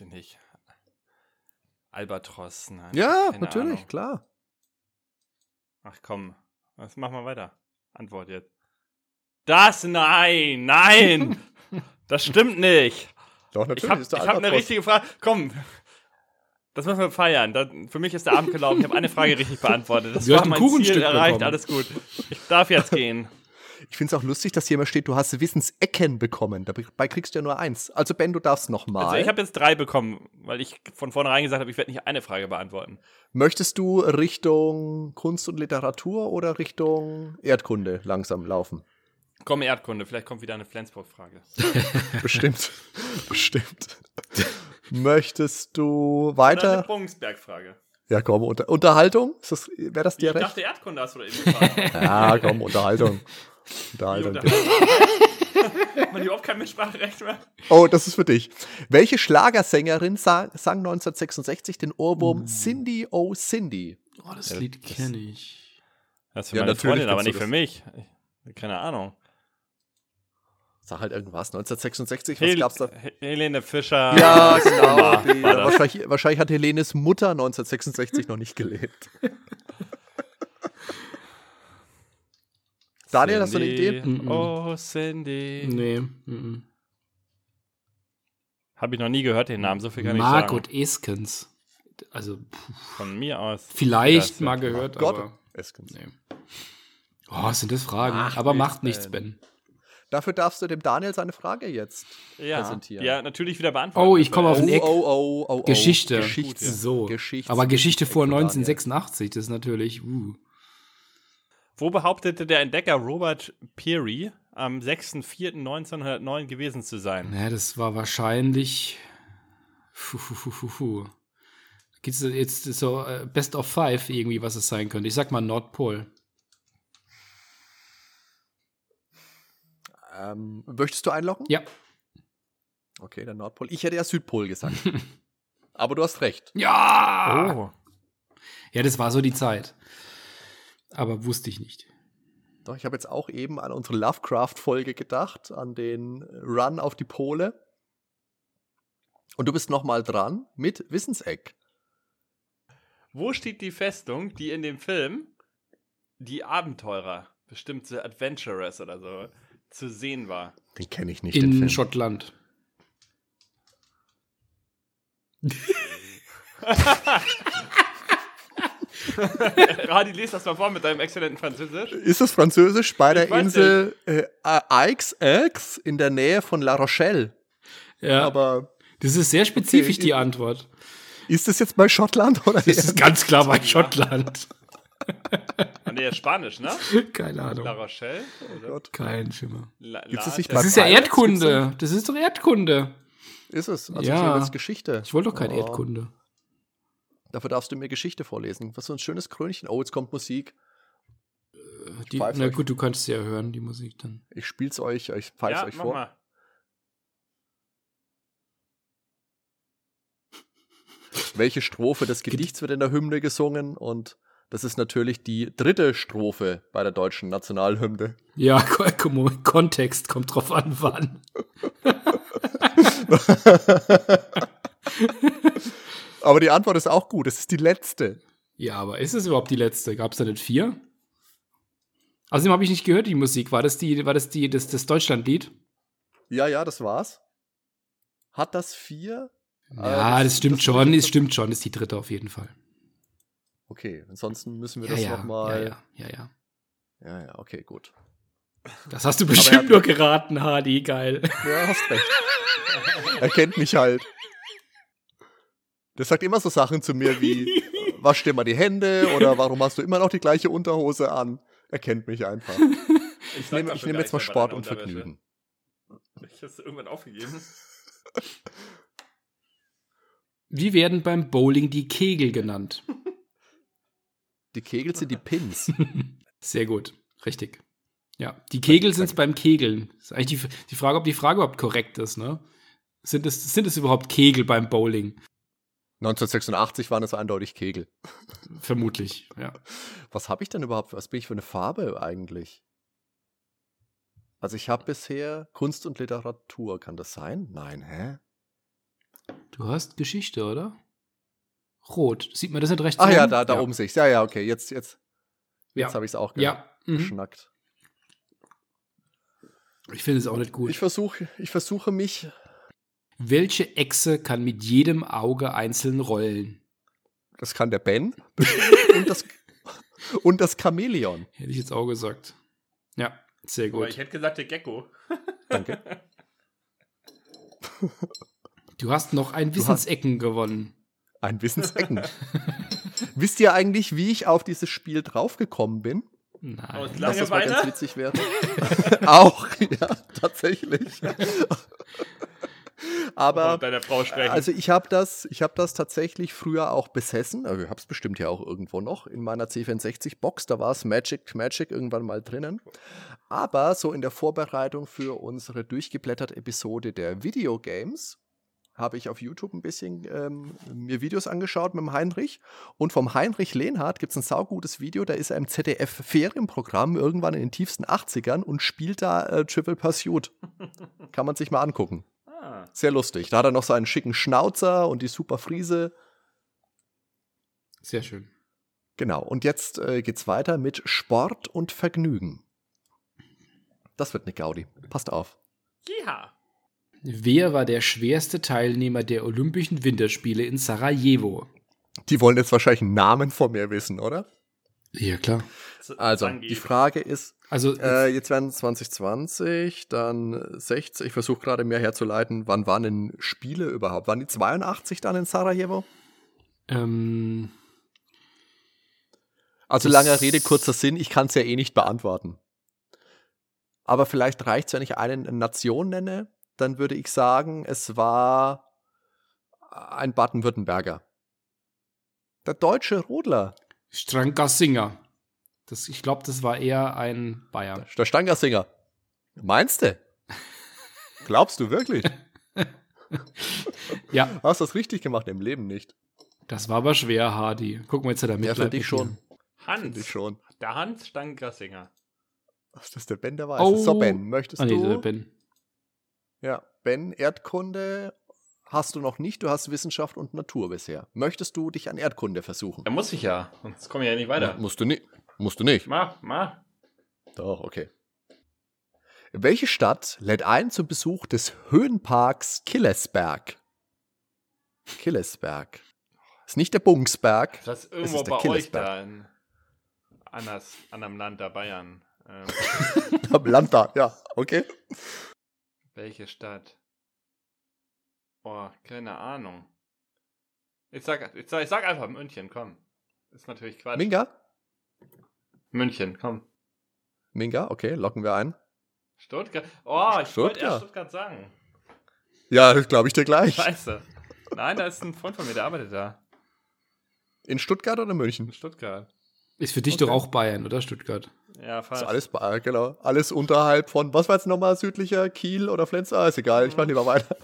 ich nicht. Albatros. Nein, Ja, keine natürlich, Ahnung. klar. Ach komm, was machen wir weiter? Antwort jetzt. Das nein, nein, *laughs* das stimmt nicht. Doch, Ich habe ist der hab eine Albatros. richtige Frage. Komm, das müssen wir feiern. Das, für mich ist der Abend gelaufen. Ich habe eine Frage richtig beantwortet. Das Du hast war ein mein Kuchenstück Ziel erreicht. bekommen. Alles gut. Ich darf jetzt gehen. Ich find's auch lustig, dass hier immer steht, du hast Wissensecken bekommen. Dabei kriegst du ja nur eins. Also Ben, du darfst Also nochmal. ich habe jetzt drei bekommen, weil ich von vornherein gesagt habe, ich werde nicht eine Frage beantworten. Möchtest du Richtung Kunst und Literatur oder Richtung Erdkunde langsam *laughs* laufen? Komm Erdkunde, vielleicht kommt wieder eine Flensburg-Frage. Bestimmt. Bestimmt. Möchtest du Oder eine weiter? Brunsberg-Frage. Ja, komm, unter Unterhaltung? Ist das, wäre das Ich dir recht? dachte Erdkunde hast du da eben *laughs* gefragt. Ja, komm, Unterhaltung. Unterhaltung. bitte. Hat man überhaupt kein Mitspracherecht mehr? Oh, das ist für dich. Welche Schlagersängerin sa- sang 1966 den Mm. Ohrwurm Cindy Oh Cindy? Oh, das Ja, Lied das- kenne ich. Das ist für Ja, meine natürlich Freundin, aber nicht kannst für mich. Ich- Keine Ahnung. Sag halt irgendwas, 1966, was Hel gab's da? He- Helene Fischer. Ja, genau. die- war das. wahrscheinlich, wahrscheinlich hat Helenes Mutter 1966 noch nicht *laughs* gelebt. Daniel, hast du eine Idee? Mhm. Oh, Cindy. Nee. mhm. Habe ich noch nie gehört, den Namen, so viel kann ich Margot sagen. Eskens. Also pff, Von mir aus. vielleicht Das- mal gehört, Gott, aber. Eskens. Nee. Oh, sind das Fragen. aber macht nichts, Ben. Dafür darfst du dem Daniel seine Frage jetzt ja, präsentieren. ja, natürlich wieder beantworten. Oh, ich komme auf Oh, ein Eck. oh, oh, oh, oh. Geschichte. Geschichte. So. Geschichts- aber Geschichte vor Daniel. 1986, das ist natürlich. Uh. Wo behauptete der Entdecker Robert Peary am 6.4.1909 gewesen zu sein? Naja, das war wahrscheinlich. Puh, puh, puh, puh, puh. Gibt es jetzt so äh, Best of Five irgendwie, was es sein könnte? Ich sag mal Nordpol. Ähm, möchtest du einloggen? Ja. Okay, der Nordpol. Ich hätte ja Südpol *laughs* gesagt. Aber du hast recht. Ah. Ja! Oh. Ja, das war so die Zeit. Aber wusste ich nicht. Doch, ich habe jetzt auch eben an unsere Lovecraft-Folge gedacht, an den Run auf die Pole. Und du bist nochmal dran mit Wissenseck. Wo steht die Festung, die in dem Film die Abenteurer, bestimmt The Adventurers oder so, zu sehen war? Den kenne ich nicht, den In Film. Schottland. Radi, lese das mal vor mit deinem exzellenten Französisch. Ist es französisch bei der weiß Insel äh, Aix, Aix in der Nähe von La Rochelle? Ja, aber Aber das ist sehr spezifisch, Okay, die ich- Antwort. ist es jetzt bei Schottland *laughs* oder Das ist ganz klar bei Schottland. *laughs* Und der ist Spanisch, ne? Keine La Ahnung. Rochelle? Oder? Gott. Kein Schimmer. La, Gibt's das La- nicht bei- Das ist ja Pirates Erdkunde. Das ist doch Erdkunde. Ist es? Also Ja. ich nehme jetzt Geschichte. Ich wollte doch keine Oh. Erdkunde. Dafür darfst du mir Geschichte vorlesen. Was für ein schönes Krönchen. Oh, jetzt kommt Musik. Die, pfeif na euch. gut, du kannst sie ja hören, die Musik dann. Ich spiel's euch, ich pfeif's Ja, euch mach vor. mal. Welche Strophe des Gedichts wird in der Hymne gesungen? Und das ist natürlich die dritte Strophe bei der deutschen *laughs* Nationalhymne. Ja, Ko- Ko- Kontext kommt drauf an, wann. Aber die Antwort ist auch gut. Es ist die letzte. Ja, aber ist es überhaupt die letzte? Gab es da nicht vier? Außerdem habe ich nicht gehört, die Musik. War das die, war das die, das, das Deutschlandlied? Ja, ja, das war's. Hat das vier? Ja, Äh, das, stimmt schon, das stimmt schon, ist die dritte auf jeden Fall. Okay, ansonsten müssen wir Ja, das ja, nochmal. ja, ja, ja, ja. ja, ja, okay, gut. Das hast du bestimmt nur geraten, Hardy, geil. Ja, hast recht. er kennt mich halt. Der sagt immer so Sachen zu mir wie, *laughs* äh, wasch dir mal die Hände oder warum hast du immer noch die gleiche Unterhose an? Er kennt mich einfach. Ich, Ich nehme, ich nehme jetzt mal Sport und Vergnügen. Ich hab's irgendwann aufgegeben. Wie werden beim Bowling die Kegel genannt? Die Kegel *laughs* sind die Pins. Sehr gut, richtig. Ja, die Kegel sind es beim Kegeln. Das ist eigentlich die, die Frage, ob die Frage überhaupt korrekt ist, ne? Sind es, sind es überhaupt Kegel beim Bowling? 1986 waren es eindeutig Kegel. Vermutlich, ja. Was habe ich denn überhaupt? Was bin ich für eine Farbe eigentlich? Also ich habe bisher Kunst und Literatur. Kann das sein? Nein, hä? Du hast Geschichte, oder? Rot. Sieht man das nicht rechts Ach Ah ja, oben? da, da oben sehe ich. Ja, ja, okay. Jetzt, jetzt, Ja. jetzt habe ich es auch ja. Mhm. geschnackt. Ich finde es auch nicht gut. Ich versuche, ich versuche mich. Welche Echse kann mit jedem Auge einzeln rollen? Das kann der Ben und das und das Chamäleon. Hätte ich jetzt auch gesagt. Ja, sehr Aber ich gut. hätte gesagt, der Gecko. Danke. Du hast noch ein Du hast- Wissensecken gewonnen. Ein Wissensecken. Wisst ihr eigentlich, wie ich auf dieses Spiel draufgekommen bin? Aus Nein. Dass das mal ganz Langeweile? witzig wäre. Auch, ja, tatsächlich. Aber Aber mit deiner Frau sprechen. also ich habe das, ich habe das tatsächlich früher auch besessen. Also ich habe es bestimmt ja auch irgendwo noch in meiner C64 Box. Da war es Magic Magic irgendwann mal drinnen. Aber so in der Vorbereitung für unsere durchgeblätterte Episode der Videogames habe ich auf YouTube ein bisschen ähm, mir Videos angeschaut mit dem Heinrich. Und vom Heinrich Lehnhardt gibt es ein saugutes Video, da ist er im ZDF-Ferienprogramm irgendwann in den tiefsten 80ern und spielt da äh, Triple Pursuit. Kann man sich mal angucken. ah. Sehr lustig. Da hat er noch seinen schicken Schnauzer und die super Friese. Sehr schön. Genau. Und jetzt äh, geht's weiter mit Sport und Vergnügen. Das wird eine Gaudi. Passt auf. Ja. Wer war der schwerste Teilnehmer der Olympischen Winterspiele in Sarajevo? Die wollen jetzt wahrscheinlich einen Namen von mir wissen, oder? Ja, klar. Also, die Frage ist, Also, äh, jetzt werden 2020, dann 60. Ich versuche gerade mehr herzuleiten, wann waren denn Spiele überhaupt? Waren die 82 dann in Sarajevo? ähm, Also Das- langer Rede, kurzer Sinn, ich kann es ja eh nicht beantworten. Aber vielleicht reicht es, wenn ich eine Nation nenne, dann würde ich sagen, es war ein Baden-Württemberger. Der deutsche Rodler, Strangassinger. Das, ich glaube, das war eher ein Bayer. der Stangersinger. Meinst du? Glaubst du *laughs* wirklich? Ja, Hast das richtig gemacht? Im Leben nicht. das war aber schwer, Hardy. Gucken wir jetzt ja damit. Ja, für dich schon. Finde ich Hans. schon. Der Hans Stangrassinger. Ist das der Ben, der weiß? Oh. So, Ben, möchtest Ah, nee, du? der Ben. Ja, Ben, Erdkunde hast du noch nicht. Du hast Wissenschaft und Natur bisher. Möchtest du dich an Erdkunde versuchen? Da muss ich ja, sonst komme ich ja nicht weiter. Musst du nicht. Musst du nicht. Mach, mach. Doch, okay. Welche Stadt lädt ein zum Besuch des Höhenparks Killesberg? Killesberg. Ist nicht der Bungsberg. *laughs* Das Es ist irgendwo ist der bei euch Killesberg. da in anders, anderem Land da Bayern. *laughs* Ähm, Am Land da, ja, okay. welche Stadt? Oh, keine Ahnung. Ich sag, ich sag, ich sag einfach München, komm. Ist natürlich Quatsch. Minga? München, komm. Minga, okay, locken wir ein. Stuttgart. Oh, ich wollte Stuttgart. erst Stuttgart sagen. Ja, das glaube ich dir gleich. Scheiße. Nein, da ist ein Freund von mir, der arbeitet da. In Stuttgart oder In München? Stuttgart. Ist für dich doch auch Bayern, oder Stuttgart? Ja, Ist fast. alles, bei- genau, alles unterhalb von, was war jetzt nochmal südlicher, Kiel oder Flens? Ah, ist egal, ich mach Mhm. lieber weiter.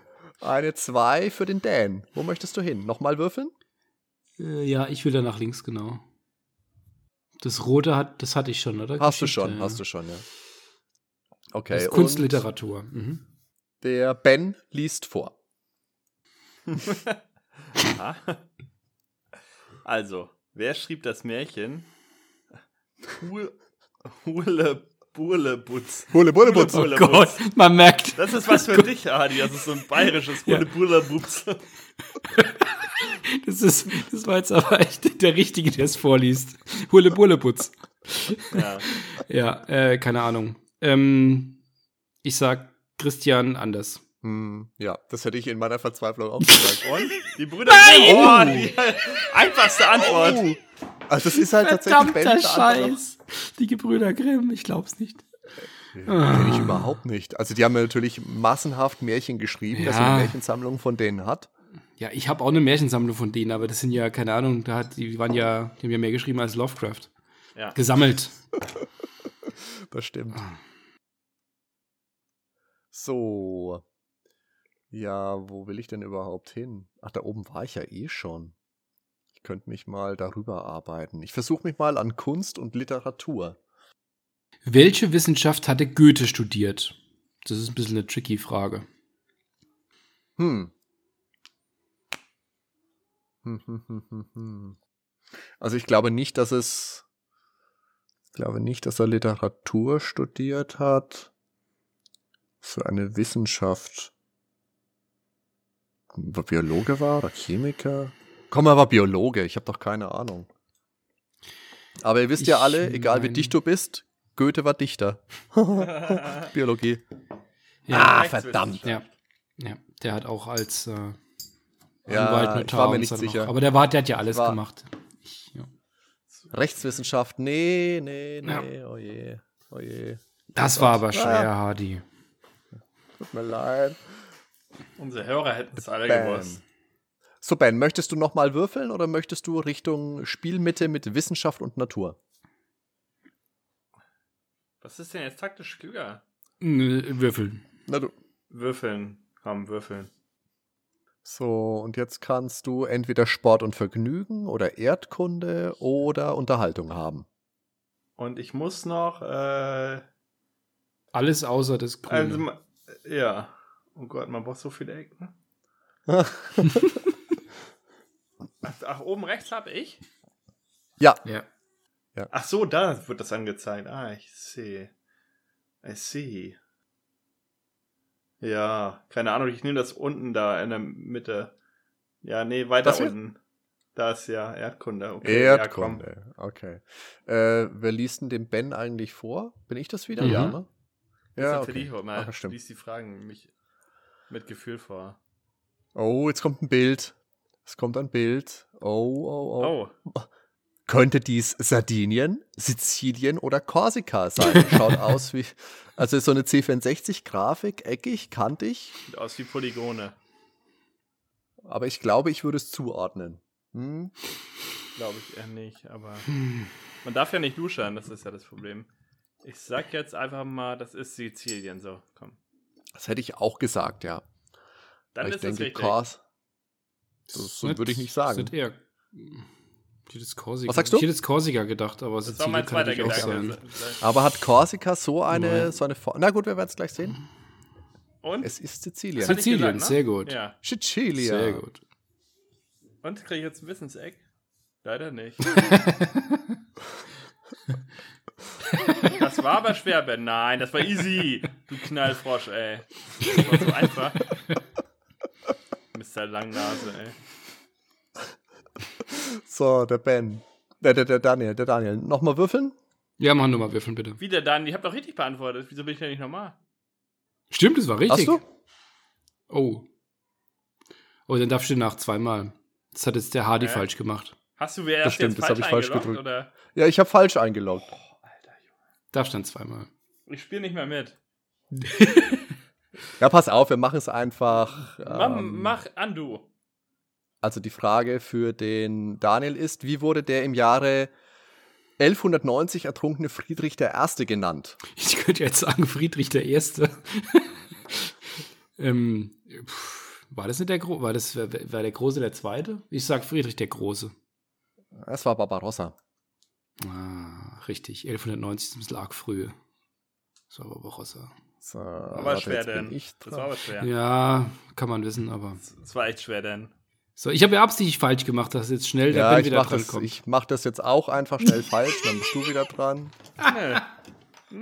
*laughs* Eine 2 für den Dan. Wo möchtest du hin? Nochmal würfeln? Äh, ja, ich will da nach links, genau. Das Rote hat, das hatte ich schon, oder? Hast du Geschichte, schon, ja. hast du schon, ja. Okay. Das ist und Kunstliteratur. Mhm. Der Ben liest vor. Ah. Also, wer schrieb das Märchen? Hul- Hule Burle Butz. Bulle, Bulle, Bulle, Butz. Bulle, Oh Gott, Butz. man merkt. Das ist was für dich, Adi. Das ist so ein bayerisches Ja. Hule Burle Butz. Das, ist, das war jetzt aber echt der Richtige, der es vorliest. Hule Burleputz. Ja. *laughs* Ja, äh, keine Ahnung. Ähm, ich sag Christian anders. Hm, ja, das hätte ich in meiner *laughs* Verzweiflung auch gesagt. Und? Die Brüder Grimm. Oh, die einfachste Antwort. Oh. Also das ist halt tatsächlich Verdammter Bens Antwort. Scheiß. Die Gebrüder Grimm, ich glaub's nicht. Kenne ich überhaupt nicht. Also die haben ja natürlich massenhaft Märchen geschrieben, dass man Ja. eine Märchensammlung von denen hat. Ja, ich habe auch eine Märchensammlung von denen, aber das sind ja, keine Ahnung, da hat, die waren ja, die haben ja mehr geschrieben als Lovecraft. Ja. Gesammelt. Das stimmt. Ah. So. Ja, wo will ich denn überhaupt hin? Ach, da oben war ich ja eh schon. Ich könnte mich mal darüber arbeiten. Ich versuche mich mal an Kunst und Literatur. Welche Wissenschaft hatte Goethe studiert? Das ist ein bisschen eine tricky Frage. Hm. Hm, hm, hm, hm, hm. Also ich glaube nicht, dass es. Ich glaube nicht, dass er Literatur studiert hat. Für eine Wissenschaft. Ob er Biologe war oder Chemiker? Komm, er war Biologe, ich habe doch keine Ahnung. Aber ihr wisst ja Ich alle, egal wie mein- dicht du bist, Goethe war *laughs* Dichter. Biologie. Ja, ah, verdammt. ja. ja. Der hat auch als äh, Ja, Anwalt, ich war mir und nicht so halt noch- sicher. Aber der, war, der hat ja alles War- gemacht. Ich, ja. Rechtswissenschaft, nee, nee, Ja. nee, oh je, oh je. Das war aber schwer, Hardy. Tut mir leid. Unsere Hörer hätten es alle gewusst. Bam. So, Ben, möchtest du nochmal würfeln oder möchtest du Richtung Spielmitte mit Wissenschaft und Natur? Was ist denn jetzt taktisch klüger? Nö, Würfeln. Na du. Würfeln. Komm, würfeln. So, und jetzt kannst du entweder Sport und Vergnügen oder Erdkunde oder Unterhaltung haben. Und ich muss noch, äh, Alles außer das Grüne. also, ma- ja. Oh Gott, man braucht so viele Ecken. Ach, ach oben rechts habe ich? ja. Ach so, da wird das angezeigt. Ah, ich sehe. I see. Ja, keine Ahnung, ich nehme das unten da in der Mitte. Ja, nee, weiter Das hier? unten. Da ist ja Erdkunde. Okay, ja, komm. Erdkunde, okay. Äh, wer liest denn dem Ben eigentlich vor? Bin ich das wieder? Mhm. Ja, ne? Ja, Jetzt erzähl okay. ich auch mal. Ach, stimmt. Lies die Fragen mich mit Gefühl vor. Oh, jetzt kommt ein Bild. Es kommt ein Bild. Oh, oh, oh. Oh, Könnte dies Sardinien, Sizilien oder Korsika sein? Schaut aus wie. Also ist so eine C64-Grafik, eckig, kantig. sieht aus wie Polygone. Aber ich glaube, ich würde es zuordnen. Hm? Glaube ich eher nicht, aber Hm. man darf ja nicht luschern, das ist ja das Problem. Ich sag jetzt einfach mal, das ist Sizilien, so, komm. Das hätte ich auch gesagt, ja. Dann Aber ist ich denke, es richtig. Kors. Das würde ich nicht sagen. Das ist nicht eher. Ich hätte jetzt Korsika- Was sagst du? Ich hätte jetzt Korsika gedacht, aber Das war mein Sizilien kann zweiter natürlich auch sein. Gedanke. Aber hat Korsika so Nein. eine, so eine Form? Na gut, wir werden es gleich sehen. Und? Es ist Hatte Sizilien. ich Sizilien, gesagt, ne? sehr Ah, gut. Ja. Sicilia. Sehr gut. Und kriege ich jetzt ein Wissenseck? *laughs* Leider nicht. das war aber schwer, Ben. Nein, das war easy. Du Knallfrosch, ey. Das war *laughs* so einfach. Mr. Langnase, ey. So, der Ben. Der, der, der Daniel, der Daniel. Nochmal würfeln? Ja, machen wir mal Würfeln, bitte. Wieder Daniel, ich hab doch richtig beantwortet. Wieso bin ich denn nicht normal? Stimmt, das war richtig. Hast du? Oh. Oh, dann darfst du nach zweimal. Das hat jetzt der Hardy Hä? falsch gemacht. Hast du wer erst stimmt, jetzt das hab falsch, ich falsch eingeloggt, gedrückt. Oder? Ja, ich habe falsch eingeloggt. Alter, Junge. Darfst dann zweimal. *laughs* ich spiele nicht mehr mit. Ja, pass auf, wir machen es einfach. Mach, ähm, mach an, du. Also die Frage für den Daniel ist, wie wurde der im Jahre 1190 ertrunkene Friedrich I. genannt? Ich könnte jetzt sagen, Friedrich der Erste. *laughs* ähm, pff, war das nicht der Große? War, das- war war der Große der Zweite? Ich sag Friedrich der Große. Es war Barbarossa. Ah, richtig. 1190 ist ein bisschen arg früh. So, aber Barossa. So, Aber warte, schwer, jetzt bin denn. Ich Das war dran. aber schwer. Ja. kann man wissen, aber. Das war echt schwer, *laughs* denn. So, ich habe ja absichtlich falsch gemacht, dass jetzt schnell der ja, Ben ich wieder mach, dran das, kommt. ich mach das jetzt auch einfach schnell falsch, dann bist du wieder dran. Nö.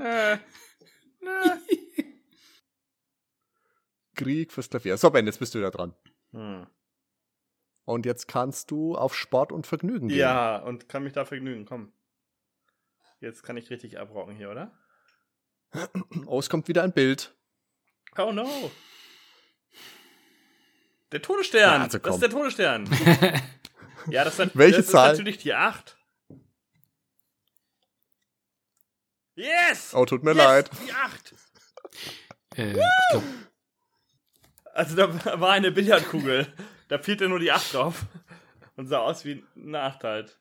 Nö. Nö. Krieg fürs Klavier. So, Ben, jetzt bist du wieder dran. Hm. Und jetzt kannst du auf Sport und Vergnügen gehen. Ja, und kann mich da vergnügen, komm. Jetzt kann ich richtig abrocken hier, oder? Oh, es kommt wieder ein Bild. Oh no! Der Todesstern! Ja, also das komm. ist der *laughs* Todesstern! ja, das, ist- Welche das ist Zahl? natürlich die 8. Yes! Oh, tut mir yes, leid. Die 8! Äh, ich glaub, Also da war eine Billardkugel. da fehlte nur die 8 drauf. Und sah aus wie eine 8 halt.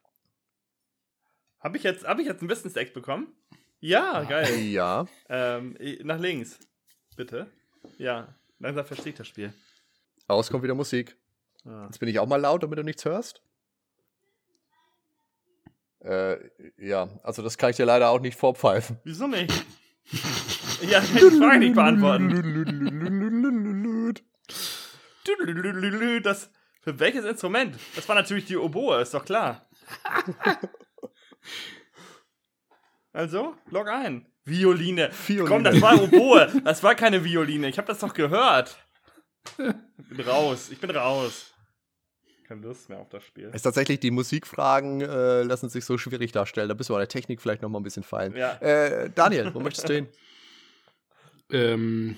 Hab ich jetzt, hab ich jetzt einen Wissenseck bekommen? Ah. Ja, geil. Ja. Ähm, eh, nach links. Bitte. Ja, langsam verstehe ich das Spiel. Oh, es kommt wieder Musik. Ah. Jetzt bin ich auch mal laut, damit du nichts hörst. Äh, ja, also das kann ich dir leider auch nicht vorpfeifen. Wieso nicht? ja, ich kann die Frage nicht beantworten. Tüdelülülülü, Das, für welches Instrument? Das war natürlich die Oboe, ist doch klar. also, log ein. Violine. Violine. *laughs* Komm, das war Oboe. Das war keine Violine. Ich habe das doch gehört. Ich bin raus. Ich bin raus. Keine Lust mehr auf das Spiel. Ist tatsächlich, die Musikfragen äh, lassen sich so schwierig darstellen. Da bist du an der Technik vielleicht noch mal ein bisschen fein. Ja. Äh, Daniel, wo möchtest du *laughs* hin? ähm,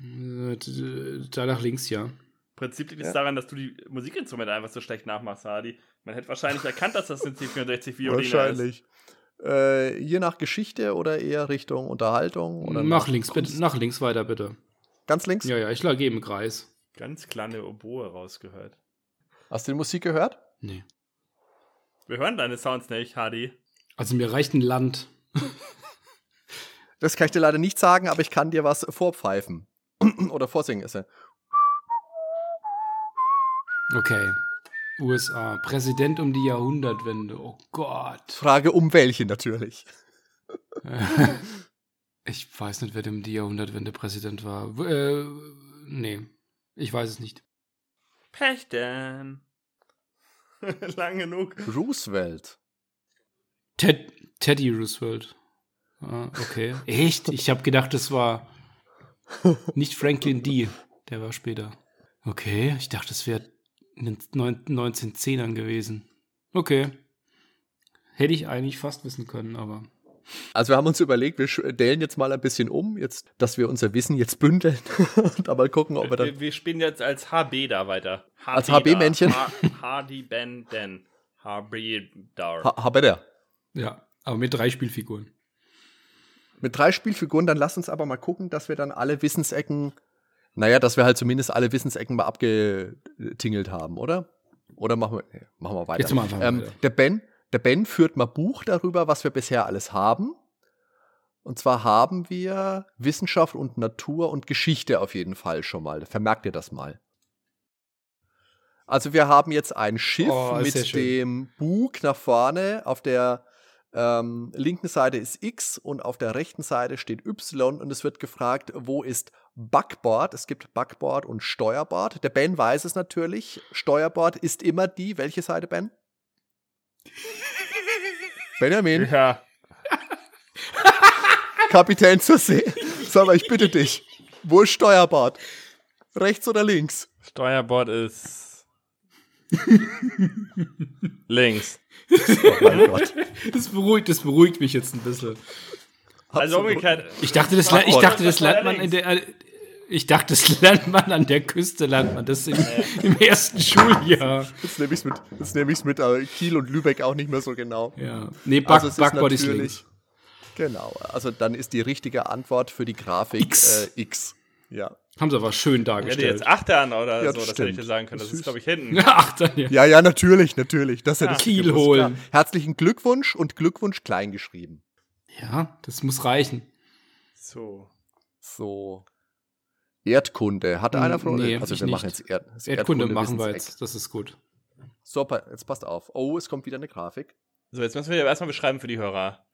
äh, d- d- da nach links, ja. Prinzip liegt es Ja. daran, dass du die Musikinstrumente einfach so schlecht nachmachst, Hardy. Man hätte wahrscheinlich erkannt, dass das eine C64-Violine ist. Wahrscheinlich. Äh, je nach Geschichte oder eher Richtung Unterhaltung? Oder nach links, bitte. Nach links weiter, bitte. Ganz links? Ja, ja, ich lag eben im Kreis. Ganz kleine Oboe rausgehört. Hast du die Musik gehört? Nee. Wir hören deine Sounds nicht, Hardy. Also mir reicht ein Land. Das kann ich dir leider nicht sagen, aber ich kann dir was vorpfeifen. *clears throat* oder vorsingen ist er. Okay. USA. Präsident um die Jahrhundertwende. Oh Gott. Frage um welche natürlich. *laughs* ich weiß nicht, wer um die Jahrhundertwende Präsident war. W- Äh, nee. Ich weiß es nicht. Pech denn. *laughs* Lang genug. Roosevelt. Ted Teddy Roosevelt. Ah, okay. Echt? Ich habe gedacht, das war. Nicht Franklin D. Der war später. Okay, ich dachte, es wäre in den 9- 1910ern gewesen. Okay. Hätte ich eigentlich fast wissen können, aber. Also wir haben uns überlegt, wir stellen jetzt mal ein bisschen um, jetzt, dass wir unser Wissen jetzt bündeln *laughs* und Oh, aber gucken, ob wir dann Wir, wir spielen jetzt als HB da weiter. HB Als HB-Männchen? Hardy Ben Den. HB Dar. ha, ha, bitte. Ja, aber mit drei Spielfiguren. Mit drei Spielfiguren, dann lass uns aber mal gucken, dass wir dann alle Wissensecken, naja, dass wir halt zumindest alle Wissensecken mal abgetingelt haben, oder? Oder machen wir, nee, machen wir weiter. Jetzt mal einfach Ähm, weiter. der, ben, der Ben führt mal Buch darüber, was wir bisher alles haben. Und zwar haben wir Wissenschaft und Natur und Geschichte auf jeden Fall schon mal. Vermerkt ihr das mal. Also wir haben jetzt ein Schiff Oh, ist sehr mit schön. dem Bug nach vorne. Auf der ähm, linken Seite ist X und auf der rechten Seite steht Y. Und es wird gefragt, wo ist Backboard? Es gibt Backboard und Steuerbord. Der Ben weiß es natürlich. Steuerbord ist immer die. Welche Seite, Ben? Benjamin. Ja. Kapitän zur See. Sag mal, ich bitte dich. Wo ist Steuerbord? Rechts oder links? *laughs* Steuerbord ist. links. Oh mein Gott. Das beruhigt, das beruhigt mich jetzt ein bisschen. Also umgekehrt. Ich dachte, das, le- ich Backboard. dachte, das Das war lernt man in der. äh, Ich dachte, das *laughs* lernt man an der Küste, lernt man das im, im ersten Schuljahr. Jetzt nehme ich es mit, jetzt nehm ich's mit äh, Kiel und Lübeck auch nicht mehr so genau. Ja. Nee, Back, es ist Backboard ist natürlich- links. Genau. Also dann ist die richtige Antwort für die Grafik X. Äh, X. Ja. Haben sie aber schön Ich hätte dargestellt. jetzt Achtern oder Ja, so, das das hätte ich stimmt. dir sagen können. Das Süß. ist, glaube ich, *laughs* hinten. *laughs* Ach, dann ja. Ja, ja, natürlich, natürlich. Das hättest du Kiel gewusst, holen. klar. Herzlichen Glückwunsch und Glückwunsch klein geschrieben. Ja, das muss reichen. So. So. Erdkunde. Hat Hm, einer von nee, Also ich wir nicht. machen jetzt Erd das Erdkunde machen wir Wissenseck. jetzt. Das ist gut. So, pa- jetzt passt auf. Oh, es kommt wieder eine Grafik. So, jetzt müssen wir ja erstmal beschreiben für die Hörer.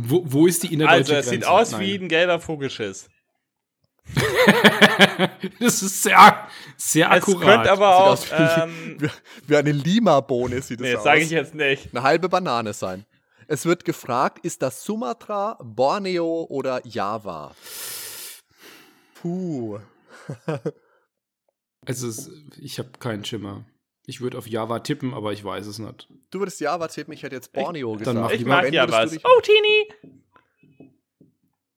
Wo, wo ist die innerdeutsche Also, es Grenze? sieht aus Nein. wie ein gelber Vogelschiss. *laughs* das ist sehr, sehr Es akkurat. könnte aber auch. Sieht aus wie- *laughs* Ähm, Wie eine Lima-Bohne sieht es nee, das aus. sage ich jetzt nicht. eine halbe Banane sein. Es wird gefragt, ist das Sumatra, Borneo oder Java? Puh. also, es, ich habe keinen Schimmer. Ich würde auf Java tippen, aber ich weiß es nicht. Du würdest Java tippen, ich hätte jetzt Borneo gesagt. mach Ich lieber- mag Wenn ja würdest was. du dich- Oh, Tini!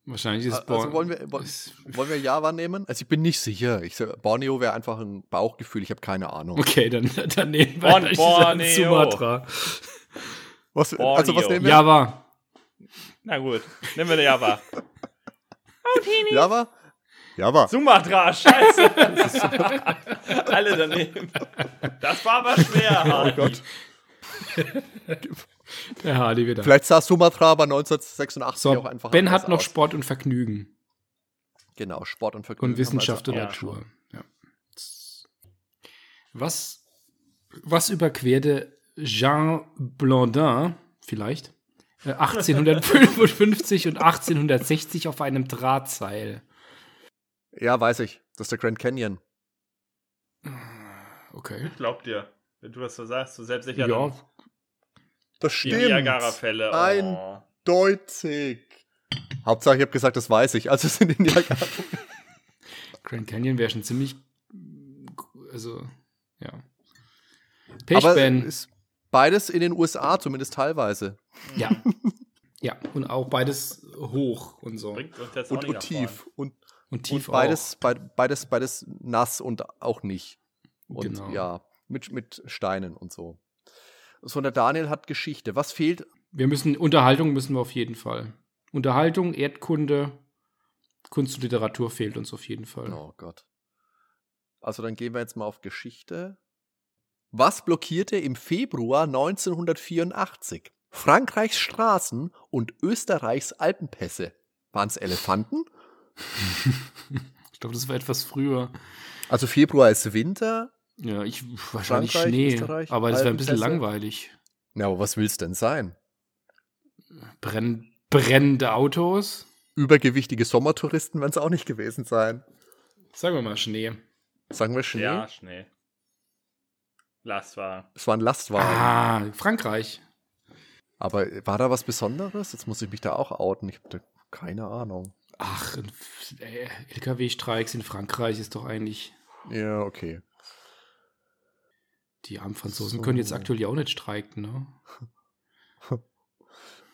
Wahrscheinlich ist Also wollen wir- wollen- Wollen wir Java nehmen? Also ich bin nicht sicher. Ich, sag, Borneo wäre einfach ein Bauchgefühl, ich habe keine Ahnung. *laughs* Okay, dann, dann nehmen wir Born- ich sag Borneo. Sumatra. Was, also was Borneo. nehmen wir? Java. Na gut, nehmen wir eine Java. Java? Java. Sumatra, *laughs* scheiße! Alle daneben. Das war aber Oh schwer, Hardy. Der Hardy wieder. Vielleicht sah Sumatra aber 1986 so, auch einfach ben anders hat noch aus. Sport und Vergnügen Genau, Sport und Vergnügen. also und Wissenschaft und ja. Natur. Ja. Was, was überquerte Jean Blondin vielleicht *laughs* äh, 1855 und 1860 auf einem Drahtseil? Ja, weiß ich. Das ist der Grand Canyon. Okay. Glaubt dir, wenn du das so sagst, so selbstsicher. Ja, dann- Das Die stimmt. Niagara-Fälle. Oh. Ein- deutig. Hauptsache, ich habe gesagt, das weiß ich. Also sind in Niagara. Grand Canyon wäre schon ziemlich. Also, ja. *laughs* Pech, Aber Ben. ist beides in den USA, zumindest teilweise. Ja. ja, und auch beides hoch und so. Bringt uns jetzt auch Und, nicht und nach tief. Und, Und tief und beides, beid- beides, beides nass und auch nicht. Und Genau. ja, mit, mit Steinen und so. So, und der Daniel hat Geschichte. Was fehlt? auch. Wir müssen, Unterhaltung müssen wir auf jeden Fall. Unterhaltung, Erdkunde, Kunst und Literatur fehlt uns auf jeden Fall. Oh Gott. Also dann gehen wir jetzt mal auf Geschichte. Was blockierte im Februar 1984 Frankreichs Straßen und Österreichs Alpenpässe? Waren es Elefanten? *laughs* Ich glaube, das war etwas früher. Also Februar ist Winter. Ja, ich wahrscheinlich Frankreich, Schnee. Österreich, aber das wäre ein bisschen Alpenpässe. langweilig. Na, aber was will's denn sein? Brenn, brennende Autos. Übergewichtige Sommertouristen werden es auch nicht gewesen sein. Sagen wir mal Schnee. Sagen vorn. wir Schnee. Ja, Schnee. Lass war. Es war ein Lastwagen. Ah, Frankreich. Aber war da was Besonderes? Jetzt muss ich mich da auch outen. Ich habe keine Ahnung. Ach, äh, LKW-Streiks in Frankreich ist doch eigentlich. Ja, okay. Die armen Franzosen So. können jetzt aktuell ja auch nicht streiken, ne?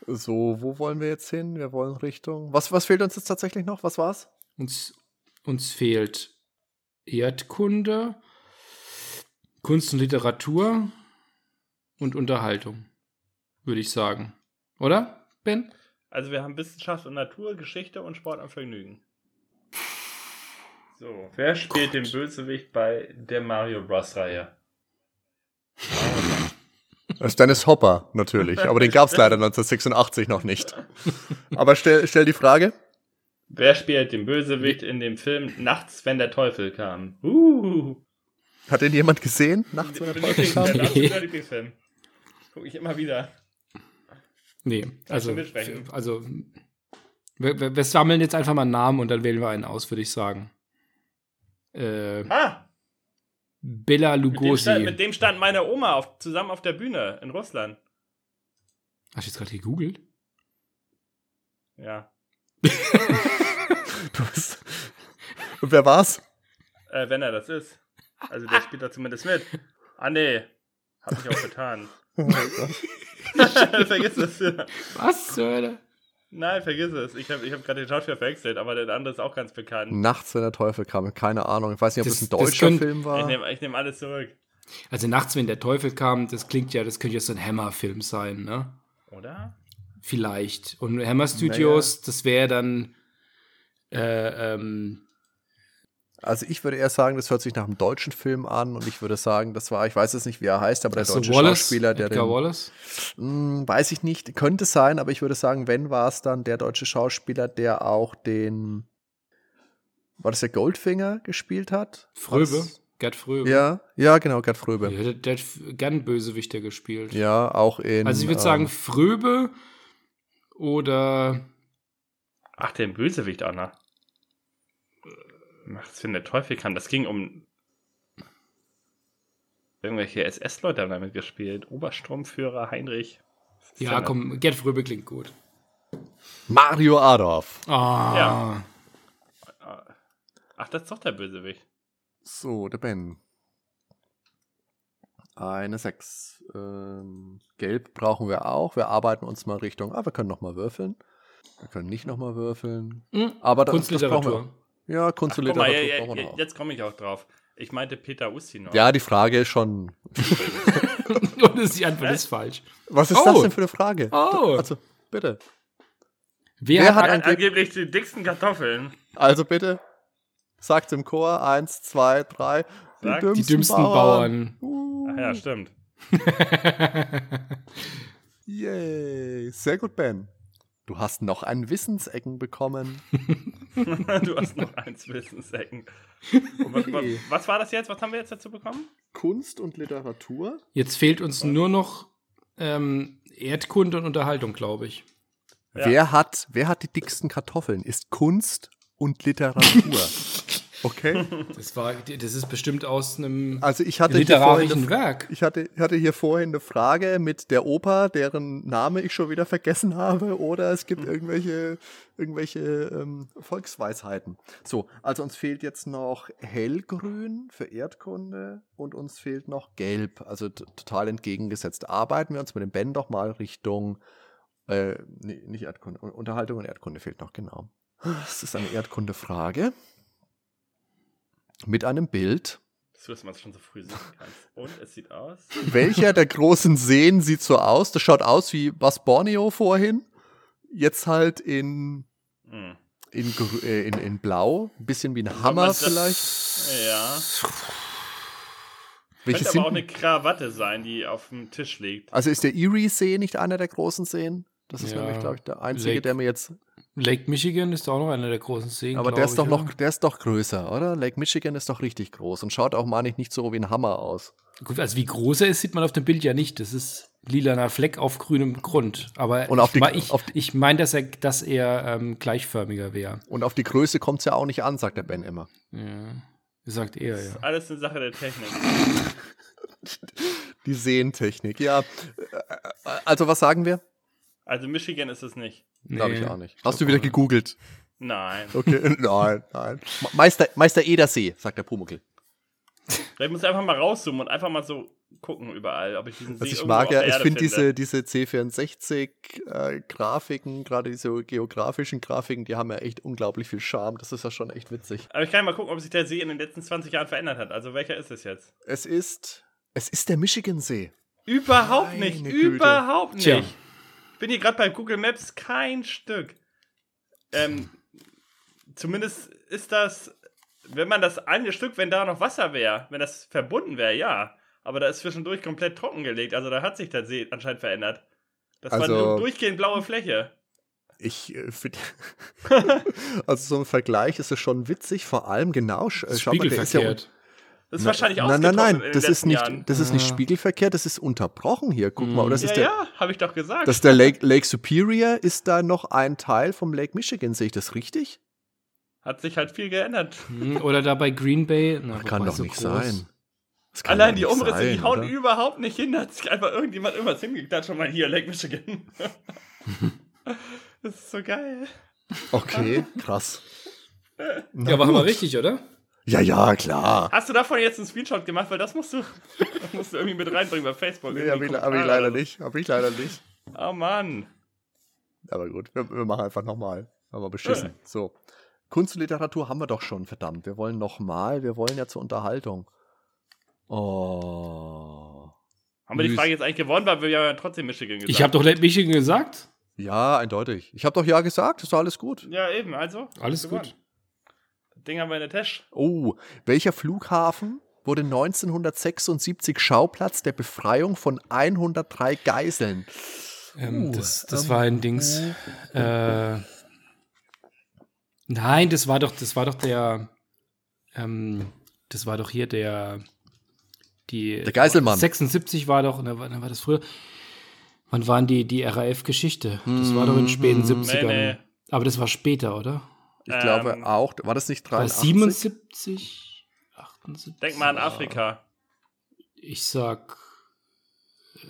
So, wo wollen wir jetzt hin? Wir wollen Richtung. Was, was fehlt uns jetzt tatsächlich noch? Was war's? Uns, uns fehlt Erdkunde, Kunst und Literatur und Unterhaltung, würde ich sagen. Oder, Ben? Also wir haben Wissenschaft und Natur, Geschichte und Sport und Vergnügen. So, wer spielt den Bösewicht bei der Mario Bros. Reihe? Das ist Dennis Hopper, natürlich. Aber den gab's *laughs* leider 1986 noch nicht. Aber stell, stell die Frage. Wer spielt den Bösewicht in dem Film Nachts, wenn der Teufel kam? Uh, Hat den jemand gesehen? Nachts, wenn der Teufel kam? Lieblingsfilm, absoluter Lieblingsfilm. Guck ich immer wieder. Nee, also, du mitsprechen? also wir, wir, wir sammeln jetzt einfach mal einen Namen und dann wählen wir einen aus, würde ich sagen. Äh, Ah, Bella mit dem, stand, Lugosi. mit dem stand meine Oma auf, zusammen auf der Bühne in Russland. Hast du jetzt gerade gegoogelt? Ja. Du bist- Und wer war's? Äh, wenn er das ist. Also der spielt da zumindest mit. Ah nee, hab ich *laughs* auch getan. Oh Vergiss es. Was zur Hölle? Nein, vergiss es. Ich habe ich hab gerade den Schauspieler verwechselt, aber der andere ist auch ganz bekannt. Nachts, wenn der Teufel kam. Keine Ahnung. Ich weiß nicht, ob das, Das- ein das deutscher könnt- Film Ich war. nehme ich nehm alles zurück. Also nachts, wenn der Teufel kam, das klingt ja, das könnte ja so ein Hammer-Film sein, ne? Oder? Vielleicht. Und Hammer Studios, das wäre dann äh, ähm, Also ich würde eher sagen, das hört sich nach einem deutschen Film an und ich würde sagen, das war, ich weiß jetzt nicht, wie er heißt, aber der also deutsche Schauspieler, der Edgar den, Wallace. Hm, weiß ich nicht, könnte sein, aber ich würde sagen, wenn war es dann der deutsche Schauspieler, der auch den, war das der Goldfinger gespielt hat? Fröbe. Was? Gerd Fröbe. Ja, ja, genau, Gerd Der, Fröbe. der, der hat gern Bösewichter gespielt. Ja, auch in. Also ich würde ähm, sagen, Fröbe oder Ach, der Bösewicht, Anna. Was für eine Teufel kam. Das ging um irgendwelche SS-Leute haben damit gespielt. Obersturmführer Heinrich. ja, komm, Gerd Fröbe klingt gut. Mario Adorf. Ah, Ja. Ach, das ist doch der Bösewicht. So, der Ben. Eine 6. Ähm, gelb brauchen wir auch. Wir arbeiten uns mal Richtung. Ah, wir können nochmal würfeln. Wir können nicht nochmal würfeln. Hm, Aber das, das brauchen wir. Kunstliteratur. Ja, Ach, guck mal, Konsuliteratur ja, ja, brauchen wir ja, noch. jetzt komme ich auch drauf. Ich meinte Peter Ustinov. *laughs* Ja, die Frage ist schon. *laughs* Und das- die Antwort ist falsch. Was ist Oh. das denn für eine Frage? Oh. Also, bitte. Wer, Wer hat, Er hat *laughs* hat angeblich. angeblich die dicksten Kartoffeln. Also, bitte. Sagt im Chor. Eins, zwei, drei. Sagt die dümmsten Bauern? Uh, Ach ja, stimmt. *laughs* Yay. Sehr gut, Ben. Du hast noch einen Wissensecken *laughs* bekommen. du hast noch eins Wissenssäcken. Was, was, Okay. was war das jetzt? Was haben wir jetzt dazu bekommen? Kunst und Literatur. Jetzt fehlt uns nur noch ähm, Erdkunde und Unterhaltung, glaube ich. Ja. Wer, hat, wer hat die dicksten Kartoffeln? Ist Kunst und Literatur. Okay. Das, war, das ist bestimmt aus einem Also ich hatte hier vorhin eine, literarischen Werk. Ich hatte, hatte hier vorhin eine Frage mit der Oper, deren Name ich schon wieder vergessen habe, oder es gibt irgendwelche, irgendwelche ähm, Volksweisheiten. So, also uns fehlt jetzt noch hellgrün für Erdkunde und uns fehlt noch gelb, also t- total entgegengesetzt. Arbeiten wir uns mit dem Ben doch mal Richtung, äh, nee, nicht Erdkunde, Un- Unterhaltung und Erdkunde fehlt noch, genau. Das ist eine Erdkunde-Frage mit einem Bild. Das wissen wir schon so früh sehen kannst. Und es sieht aus. Welcher der großen Seen sieht so aus? Das schaut aus wie was Borneo vorhin. Jetzt halt in, Hm. in, grü- äh, in, in Blau. Ein bisschen wie ein man Hammer das- vielleicht. Ja. Welches Könnte aber auch sind, eine Krawatte sein, die auf dem Tisch liegt. also ist der Erie See nicht einer der großen Seen? Das ist Ja. nämlich, glaube ich, der einzige, Lake- der mir jetzt. Lake Michigan ist auch noch einer der großen Seen. Aber glaub der ist ich, doch oder? noch, der ist doch größer, oder? Lake Michigan ist doch richtig groß und schaut auch, meine ich, nicht so wie ein Hammer aus. Gut, also wie groß er ist, sieht man auf dem Bild ja nicht. Das ist lilaner Fleck auf grünem Grund. Aber Und auf die- ich, mein- ich, auf die- ich meine, dass er, dass er ähm, gleichförmiger wäre. Und auf die Größe kommt es ja auch nicht an, sagt der Ben immer. Ja. Sagt er, Das ja. ist alles eine Sache der Technik. Die Seentechnik, ja. Äh, Also, was sagen wir? Also Michigan ist es nicht. Glaube ich auch nicht. Hast du wieder aber- gegoogelt? Nein. Okay, *laughs* nein, nein. Me- Meister, Meister Edersee, sagt der Pumuckl. Vielleicht muss ich einfach mal rauszoomen und einfach mal so gucken überall, ob ich diesen See Also ich irgendwo auf mag ja, der ich Erde ne? finde finde. diese, diese C64-Grafiken, gerade diese geografischen Grafiken, die haben ja echt unglaublich viel Charme. Das ist ja schon echt witzig. Aber ich kann ja mal gucken, ob sich der See in den letzten 20 Jahren verändert hat. Also welcher ist es jetzt? Es ist, es ist der Michigansee. Überhaupt Meine nicht. Güte. Überhaupt nicht. Tja. Ich bin hier gerade bei Google Maps kein Stück. Ähm, zumindest ist das, wenn man das eine Stück, wenn da noch Wasser wäre, wenn das verbunden wäre, ja. Aber da ist zwischendurch komplett trockengelegt. Also da hat sich der See anscheinend verändert. Das war Also- nur durchgehend blaue Fläche. Ich äh, finde, *laughs* also so ein Vergleich ist es schon witzig, vor allem genau. sch- äh, Schau mal, der ist ja Spiegelverkehrt. Das ist wahrscheinlich auch Nein, nein, nein, das ist nicht, Jahren. das ist nicht Ah. spiegelverkehrt, das ist unterbrochen hier. Guck mal, Mhm. das Ja, ist der, ja, habe ich doch gesagt. das ist der Lake, Lake Superior ist da noch ein Teil vom Lake Michigan. Sehe ich das richtig? Hat sich halt viel geändert. Hm, Oder da bei Green Bay. Na, Kann wobei doch so nicht groß. sein. Das kann Allein doch die nicht Umrisse, die sein, hauen oder? überhaupt nicht hin. Da hat sich einfach irgendjemand irgendwas hingeknallt. Schon mal hier, Lake Michigan. das ist so geil. Okay, krass. Na Ja, war gut. aber richtig, oder? Ja, ja, klar. Hast du davon jetzt einen Screenshot gemacht? Weil das musst du, *laughs* das musst du irgendwie mit reinbringen bei Facebook. Nee, Irgendwie hab ich, hab ich Kommentare leider oder so. nicht. Hab ich leider nicht. Oh Mann. Aber gut, wir, wir machen einfach nochmal. Aber beschissen. So. Kunst und Literatur haben wir doch schon, verdammt. Wir wollen nochmal, wir wollen ja zur Unterhaltung. Oh. Haben wir die Müs- Frage jetzt eigentlich gewonnen, weil wir ja trotzdem Michigan gesagt Ich habe doch Lake Michigan gesagt. Ja, eindeutig. Ich habe doch ja gesagt, ist doch alles gut. Ja, eben, also. Alles gewonnen. gut. Das Ding haben wir in der Tasche. Oh, welcher Flughafen wurde 1976 Schauplatz der Befreiung von 103 Geiseln? Ähm, Uh, das das ähm, war ein Dings. Äh, nein, das war doch, das war doch der, ähm, das war doch hier der, die. Der Geiselmann. 76 war doch, oder wann war das früher? Wann waren die, die RAF-Geschichte? Das war doch Hm. in späten 70ern. Nee, nee. Aber das war später, oder? Ich glaube Ähm, auch, war das nicht War 83? 77? 78? Denk mal an Afrika. Ich sag äh,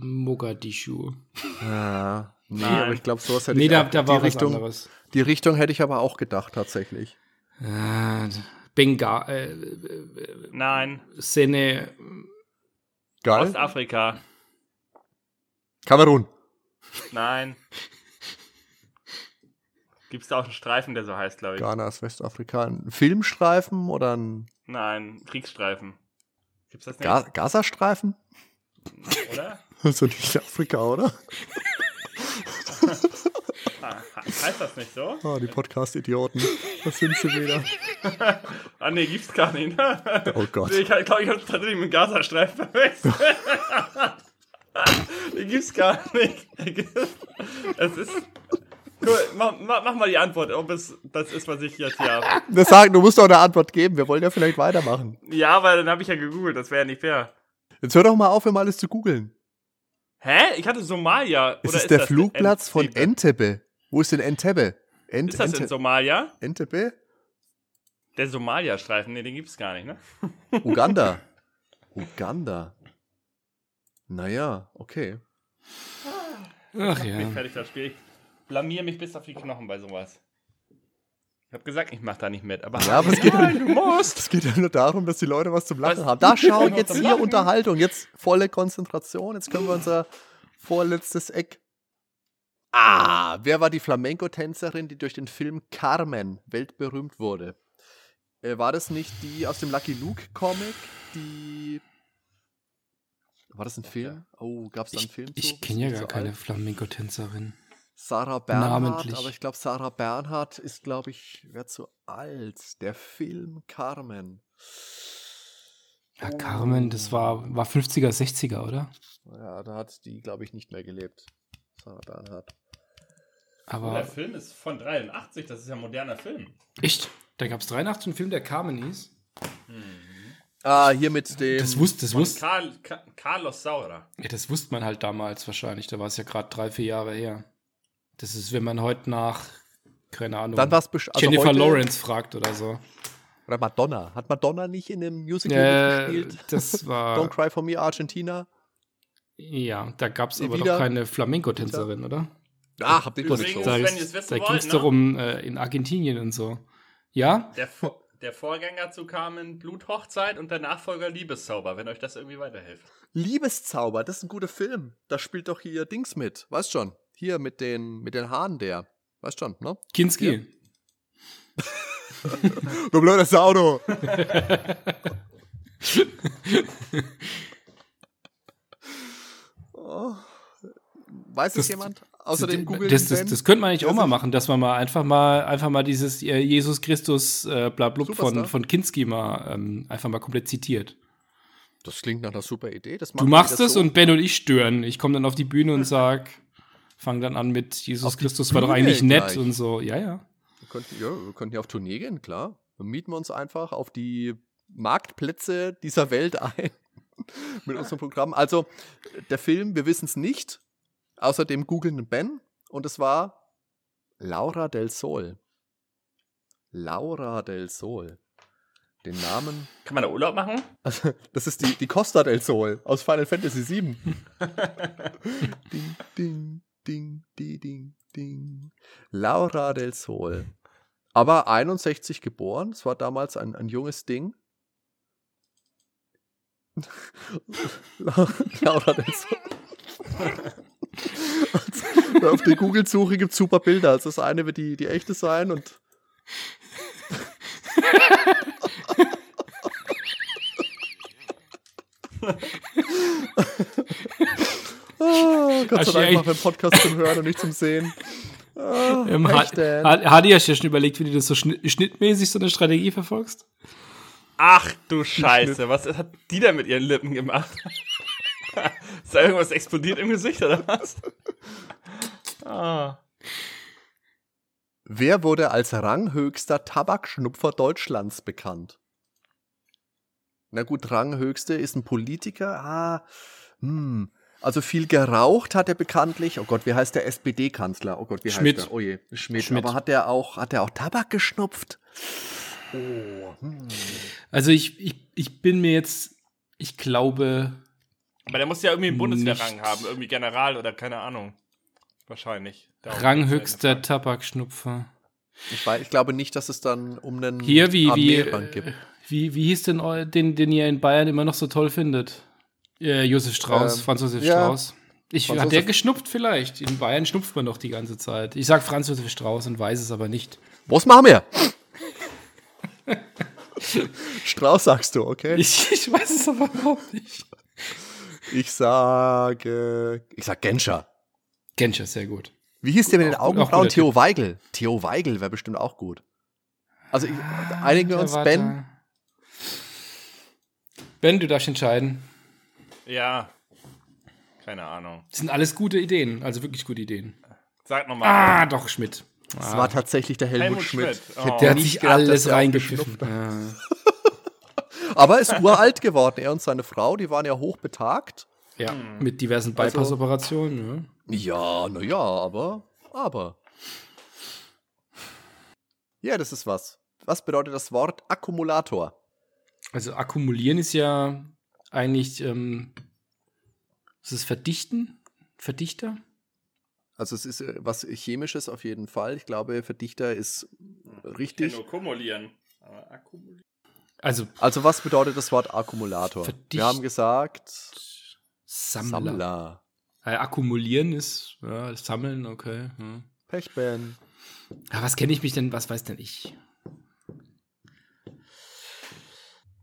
Mogadischu. Ja, nee, Nein. Ah, aber ich glaube, sowas hätte Nee, ich da, auch- da war die was Richtung, anderes. Die Richtung hätte ich aber auch gedacht, tatsächlich. Äh, Bengal, äh, Nein, Sene, Geil. Ostafrika. Kamerun. Nein. Gibt's da auch einen Streifen, der so heißt, glaube ich. Ghana ist Westafrika. Ein Filmstreifen oder ein Nein, Kriegsstreifen. Gibt's das nicht, Ga Gazastreifen? oder? Das ist ja Also nicht Afrika, oder? Ah, he- heißt das nicht so? Ah, die Podcast-Idioten. Was sind sie wieder? Ah, nee, gibt's gar nicht. ne? *laughs* Oh Gott. ich glaube, ich habe tatsächlich mit Gazastreifen verwechselt. *laughs* Den gibt's gar nicht. Es ist. Cool, mach, mach, mach mal die Antwort, ob es das ist, was ich jetzt hier habe. Das sagen, du musst doch eine Antwort geben. Wir wollen ja vielleicht weitermachen. Ja, weil dann habe ich ja gegoogelt, das wäre ja nicht fair. Jetzt hör doch mal auf, immer alles zu googeln. Hä? Ich hatte Somalia. Oder Es ist der das Flugplatz von Entebbe? Entebbe. Wo ist denn Entebbe? Ent Ist das in Ente- Somalia? Entebbe? Der Somalia-Streifen, nee, den gibt's gar nicht, ne? Uganda. Uganda. Naja, okay. Ach Ich bin ja. fertig das Spiel. Ich blamier mich bis auf die Knochen bei sowas. Ich hab gesagt, ich mach da nicht mit, aber. *laughs* Ja, aber es geht, Nein, du *laughs* musst! es geht ja nur darum, dass die Leute was zum Lachen Was? haben. Da schau, Noch jetzt zum hier Lachen? Unterhaltung, jetzt volle Konzentration, jetzt können wir unser vorletztes Eck. Ah, wer war die Flamenco-Tänzerin, die durch den Film Carmen weltberühmt wurde? Äh, war das nicht die aus dem Lucky Luke-Comic, die. War das ein Film? Oh, gab es da einen Ich, Film? zu? ich Bist du kenne ja zu gar keine alt? Flamenco-Tänzerin. Sarah Bernhardt, Namentlich. aber ich glaube, Sarah Bernhardt ist, glaube ich, wer zu alt. Der Film Carmen. Ja, Oh. Carmen, das war, war 50er, 60er, oder? Ja, da hat die, glaube ich, nicht mehr gelebt. Sarah Bernhardt. Der Aber Film ist von 83, das ist ja ein moderner Film. echt, da gab es 83 einen Film, der Carmen hieß. Ah, hier mit dem. Das wusste, das wusste, Karl, Ka Carlos Saura. ja, das wusste man halt damals wahrscheinlich. Da war es ja gerade drei, vier Jahre her. Das ist, wenn man heute nach, keine Ahnung, Dann war es also Jennifer heute- Lawrence fragt oder so. Oder Madonna. Hat Madonna nicht in dem Musical Äh, mitgespielt? *laughs* das Don't war, Cry for Me, Argentina. ja, da gab es aber Äh, Wieder- doch keine Flamenco-Tänzerin, oder? Ach, hab den doch nicht Deswegen- so. Da, wenn ist- ihr's wissen da wollt, ging es ne? doch um äh, in Argentinien und so. Ja? Der, Vo- der Vorgänger zu Carmen Bluthochzeit und der Nachfolger Liebeszauber, wenn euch das irgendwie weiterhilft. Liebeszauber, das ist ein guter Film. Da spielt doch hier Dings mit. Weißt schon. Hier mit den, mit den Haaren der. Weißt schon, ne? Kinski. Ja. Du blöder Saudo. oh. Weiß es Das- jemand? Außerdem googeln das, das, Ben? das könnte man eigentlich auch Das mal ist- machen, dass man mal einfach mal einfach mal dieses äh, Jesus Christus äh, blablub von, Superstar. von Kinski mal ähm, einfach mal komplett zitiert. Das klingt nach einer super Idee. Das Du machen machst wir es so. und Ben und ich stören. Ich komme dann auf die Bühne und sag, fang dann an mit Jesus Auf die Christus war doch Bühne eigentlich nett gleich. und so. Ja, ja. Wir könnten, ja, wir könnten ja auf Tournee gehen, klar. Dann mieten wir uns einfach auf die Marktplätze dieser Welt ein *laughs* mit unserem Programm. Also, der Film, wir wissen es nicht. Außerdem googeln Ben und es war Laura del Sol. Laura del Sol. Den Namen. Kann man da Urlaub machen? Also, das ist die, die Costa del Sol aus Final Fantasy VII. ding, ding, ding, di, ding, ding. Laura del Sol. Aber 61 geboren, es war damals ein, ein junges Ding. *laughs* La- Laura del Sol. Und auf der Google-Suche gibt es super Bilder. Also das eine wird die, die echte sein und oh, Gott Also sei Dank echt- machen wir einen Podcast zum Hören und nicht zum Sehen. Oh, Ähm, hat, Hashtag. hat, hat ja schon überlegt, wie du das so schnitt, schnittmäßig so eine Strategie verfolgst? Ach du Scheiße, was hat die denn mit ihren Lippen gemacht? *laughs* Ist da irgendwas explodiert im Gesicht oder was? Ah. Wer wurde als ranghöchster Tabakschnupfer Deutschlands bekannt? Na gut, ranghöchste ist ein Politiker. Ah, hm. Also viel geraucht hat er bekanntlich. Oh Gott, wie heißt der SPD-Kanzler? Oh Gott, wie Schmidt. heißt er? Oh je, Schmidt. Schmidt. Aber hat er auch, hat er auch Tabak geschnupft? Oh, hm. Also ich, ich, ich bin mir jetzt, ich glaube, Aber der muss ja irgendwie einen Bundeswehrrang Nicht. haben, irgendwie General oder keine Ahnung. Wahrscheinlich. Darum ranghöchster Tabakschnupfer. Ich, weiß, ich glaube nicht, dass es dann um einen Hier, wie, wie, Armeerang gibt. äh, wie, wie hieß denn eu- den, den ihr in Bayern immer noch so toll findet? Äh, Josef Strauß, Ähm, Franz Josef ja. Strauß. Ich, Franz hat der Josef- geschnupft vielleicht? In Bayern schnupft man doch die ganze Zeit. Ich sag Franz Josef Strauß und weiß es *laughs* aber nicht. Was machen *laughs* wir? Strauß sagst du, okay? Ich, ich weiß es aber überhaupt nicht. Ich sage, ich sag Genscher. Genscher, sehr gut. Wie hieß der mit den Auch gut, auch Augenbrauen? guter Tipp. Theo Weigel. Theo Weigel wäre bestimmt auch gut. Also ich, einigen wir Ah, Der uns, war Ben. da. Ben, du darfst entscheiden. Ja. Keine Ahnung. Das sind alles gute Ideen, also wirklich gute Ideen. Sag nochmal. Ah, doch, Schmidt. Es war tatsächlich der Helmut, Helmut Schmidt. Schmidt. Ich Oh. hätte nicht Ah. Der hat sich gedacht, dass alles er auch reingepfiffen. geschnupft Ja. hat. Aber ist uralt geworden. Er und seine Frau, die waren ja hochbetagt. Ja, mit diversen Bypass-Operationen. Ja. Ja, naja, aber, aber. Ja, das ist was. Was bedeutet das Wort Akkumulator? Also akkumulieren ist ja eigentlich, ähm, ist es Verdichten? Verdichter? Also es ist äh, was Chemisches auf jeden Fall. Ich glaube, Verdichter ist Ich kann richtig. nur kumulieren. Aber akkumulieren. Also Also was bedeutet das Wort Akkumulator? Verdicht- Wir haben gesagt Sammler. Sammler. Äh, akkumulieren ist, ja, das Sammeln, okay. Ja. Pechben. Ja, was kenne ich mich denn, was weiß denn ich?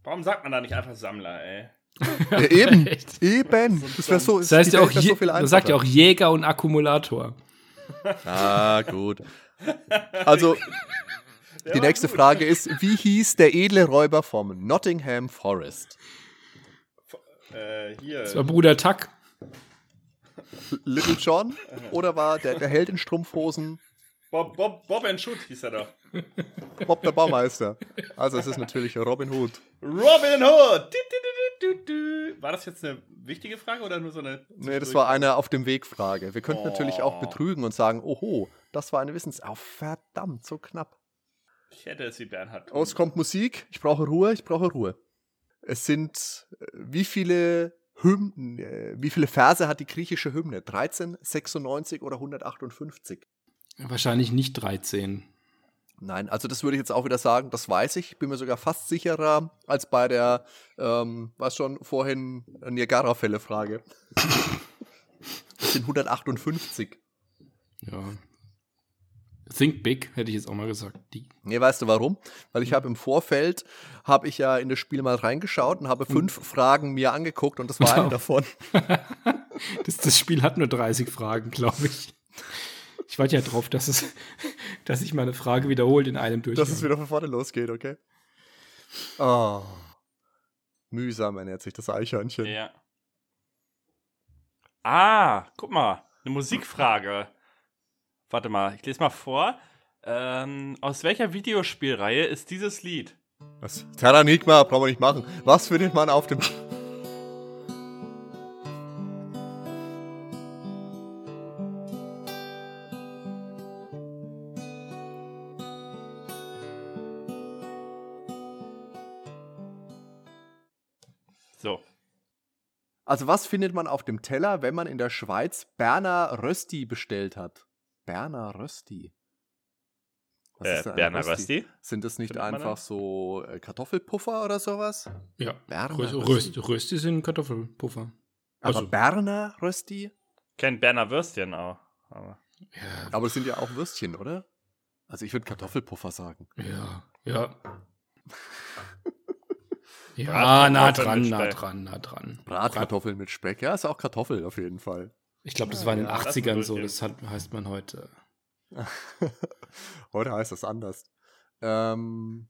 Warum sagt man da nicht einfach Sammler, ey? Ja, eben. *laughs* Echt? Eben. Das wäre so. Das heißt die ja auch, Welt wär Je- so viel man sagt ja auch einfacher. Jäger und Akkumulator. Ah, gut. Also, die nächste Frage ist: Wie hieß der edle Räuber vom Nottingham Forest? Äh, hier. Das war Bruder Tuck. Little John? Oder war der, der Held in Strumpfhosen Bob, Bob, Bob and Shoot hieß er doch. Bob der Baumeister? Also, es ist natürlich Robin Hood. Robin Hood! Du, du, du, du, du. War das jetzt eine wichtige Frage oder nur so eine. Nee, das war eine auf dem Weg Frage. Wir könnten natürlich Oh. auch betrügen und sagen: Oho, das war eine Wissens. Oh, verdammt, so knapp. Ich hätte es wie Bernhard. Oh, es kommt Musik. Ich brauche Ruhe, ich brauche Ruhe. Es sind äh, wie viele Hymnen, äh, wie viele Verse hat die griechische Hymne? 13, 96 oder 158? Wahrscheinlich nicht 13. Nein, also das würde ich jetzt auch wieder sagen, das weiß ich. Bin mir sogar fast sicherer als bei der, ähm, was schon vorhin Niagara-Fälle-Frage. Das sind 158. Ja. Think big, hätte ich jetzt auch mal gesagt. Die, Nee, weißt du warum? Weil ich habe im Vorfeld, habe ich ja in das Spiel mal reingeschaut und habe fünf Fragen mir angeguckt und das war eine Wow. davon. *laughs* das, das Spiel hat nur 30 Fragen, glaube ich. Ich warte ja drauf, dass, es, *laughs* dass ich meine Frage wiederholt in einem Durchgang. Dass es wieder von vorne losgeht, okay? Oh. Mühsam ernährt sich das Eichhörnchen. Ja. Ah, guck mal, eine Musikfrage. Warte mal, ich lese mal vor. Ähm, aus welcher Videospielreihe ist dieses Lied? Was? Terranigma brauchen wir nicht machen. Was findet man auf dem. *laughs* So. Also, was findet man auf dem Teller, wenn man in der Schweiz Berner Rösti bestellt hat? Berner Rösti? Was ist denn ein Sind das nicht Äh, Findet man einfach das? so äh, Kartoffelpuffer oder sowas? ja. Berner Röst, Rösti. Röst, Rösti sind Kartoffelpuffer. Aber also- Berner Rösti? Kennt Berner Würstchen auch. Aber Ja, Aber es sind ja auch Würstchen, oder? Also ich würde Kartoffelpuffer sagen. Ja, ja. Bratkartoffeln Ja, Ah, nah dran, mit nah Speck. dran, nah dran. Bratkartoffeln mit Speck, ja, ist auch Kartoffel auf jeden Fall. Ich glaube, das war in den Ja, lass mal 80ern so, durchgehen. das hat, heißt man heute. *laughs* Heute heißt das anders. Ähm,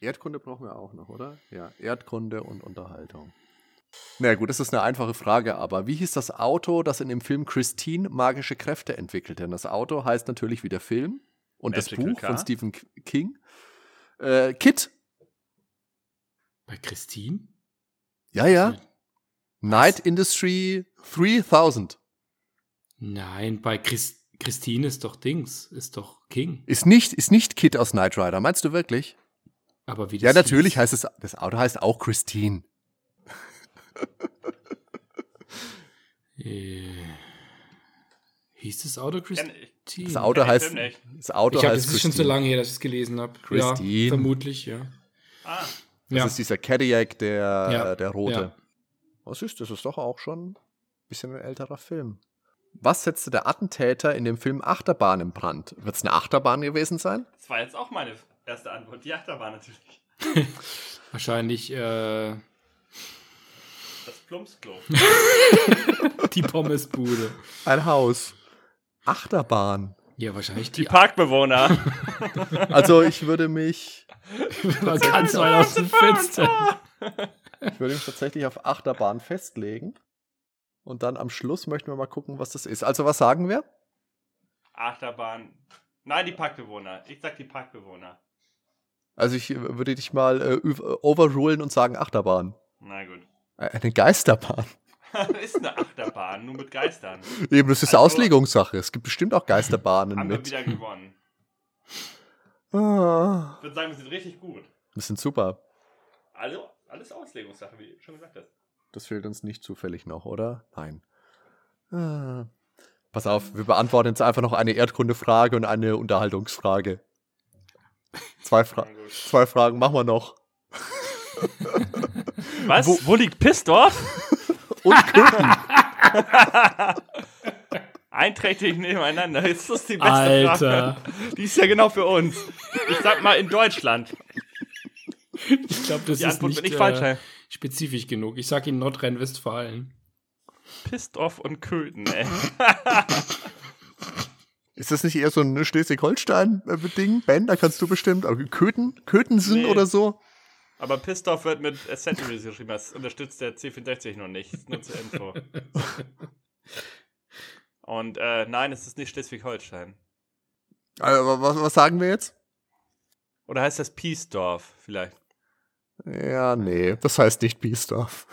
Erdkunde brauchen wir auch noch, oder? Ja, Erdkunde und Unterhaltung. Na gut, das ist eine einfache Frage, aber wie hieß das Auto, das in dem Film Christine magische Kräfte entwickelte? Und das Auto heißt natürlich wie der Film und Magical das Buch von Car? Stephen K- King. Äh, Kit? Bei Christine? Ja, Hm. ja. Night Industry 3000. Nein, bei Chris, Christine ist doch Dings, ist doch King. Ist nicht, ist nicht Kit aus Knight Rider, meinst du wirklich? Aber wie Ja, das natürlich hieß- heißt es, das Auto heißt auch Christine. Äh, hieß das Auto Christine? Das Auto Kenn ich heißt, den nicht. das Auto ich glaub, heißt das ist schon so lange her, dass ich es gelesen habe. Christine. Ja, vermutlich, ja. Ah, Das ja. ist dieser Cadillac, der, Ja. äh, der rote. Ja. Was ist das? Ist doch auch schon ein bisschen ein älterer Film. Was setzte der Attentäter in dem Film Achterbahn in Brand? Wird es eine Achterbahn gewesen sein? das war jetzt auch meine erste Antwort. Die Achterbahn natürlich. Wahrscheinlich äh, Das Plumpsklo. die Pommesbude. Ein Haus. Achterbahn. ja, wahrscheinlich Die die, Parkbewohner. Also ich würde mich, Man kann so aus dem Fenster. ich würde mich tatsächlich auf Achterbahn festlegen. Und dann am Schluss möchten wir mal gucken, was das ist. Also was sagen wir? Achterbahn. Nein, die Parkbewohner. Ich sag die Parkbewohner. Also ich äh, würde dich mal äh, üv- overrulen und sagen Achterbahn. Na gut. *laughs* Äh, Eine Geisterbahn. ist eine Achterbahn, nur mit Geistern. Eben, das ist Also- Auslegungssache. Es gibt bestimmt auch Geisterbahnen Haben wir mit. wieder gewonnen. Ah, Ich würde sagen, wir sind richtig gut. Das sind super. Also, alles Auslegungssache, wie du schon gesagt hast. Das fehlt uns nicht zufällig noch, oder? Nein. Ah. Pass auf, wir beantworten jetzt einfach noch eine Erdkunde-Frage und eine Unterhaltungsfrage. Zwei, Fra Na gut. zwei Fragen machen wir noch. Was? Wo, liegt Pissdorf? Und *laughs* Köthen. Einträchtig nebeneinander. Ist das die beste Alter. Frage? Die ist ja genau für uns. Ich sag mal in Deutschland. Ich glaube, das Die ist Antwort nicht, wird nicht falsch äh, sein. spezifisch genug. Ich sag Ihnen Nordrhein-Westfalen. Pissdorf und Köthen, ey. Ist das nicht eher so ein Schleswig-Holstein-Ding? Ben, da kannst du bestimmt. Aber Köthen? Köthensen Nee. oder so? Aber Pissdorf wird mit Centuries geschrieben. Das unterstützt der C64 noch nicht. Ist Nur zur *laughs* Info. Und äh, nein, es ist nicht Schleswig-Holstein. Also, was, was sagen wir jetzt? Oder heißt das Piesdorf vielleicht? Ja, nee, das heißt nicht Biesdorf.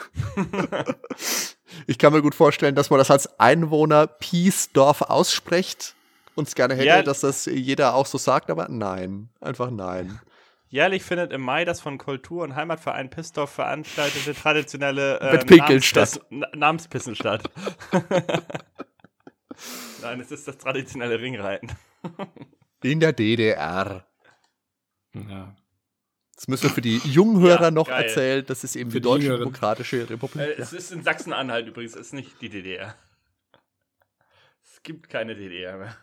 ich kann mir gut vorstellen, dass man das als Einwohner Piesdorf ausspricht und es gerne hätte, Ja. dass das jeder auch so sagt, aber nein, einfach nein. Jährlich findet im Mai das von Kultur- und Heimatverein Pissdorf veranstaltete traditionelle äh, Mit Pinkeln Namens- statt. Na- Namenspissen statt. *laughs* Nein, es ist das traditionelle Ringreiten. In der DDR. Ja. Das müssen wir für die jungen Hörer Ja, noch geil. erzählen. Das ist eben Für die die Deutsche Jüngeren. Demokratische Republik. Äh, Es ist in Sachsen-Anhalt übrigens, es ist nicht die DDR. Es gibt keine DDR mehr.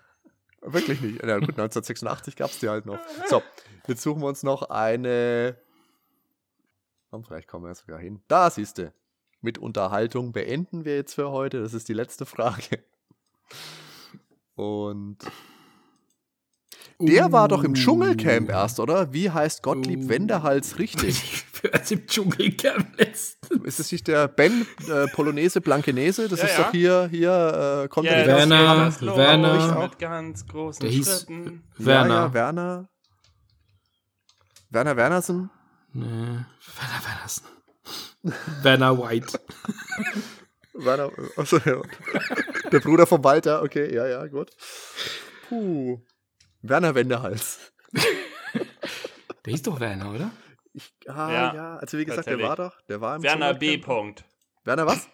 Wirklich nicht. Na gut, 1986 gab es die halt noch. So, jetzt suchen wir uns noch eine. Komm, vielleicht kommen wir jetzt sogar hin. Da siehst du. Mit Unterhaltung beenden wir jetzt für heute. Das ist die letzte Frage. Und der war doch im Dschungelcamp erst, oder? Wie heißt Gottlieb Uh. Wendehals *laughs* richtig? Als im Dschungelcamp letzten. Ist es nicht der Ben äh, Polonaise Blankenese? Das Ja, ist ja. doch hier, hier äh, Content. ja, das- Werner, das Lob Werner. Mit ganz großen Der hieß- Schritten. Werner. Ja, ja, Werner. Werner Wernersen. Nee. Werner Wernersen. Werner White. Werner, achso, ja. Der Bruder von Walter, okay, ja, ja, gut. Puh. Werner Wendehals. Der hieß doch Werner, oder? Ich, ah, ja, Ja, also wie gesagt, der tatsächlich. war doch, der war im Werner B. Dschungelcamp. Punkt. Werner was?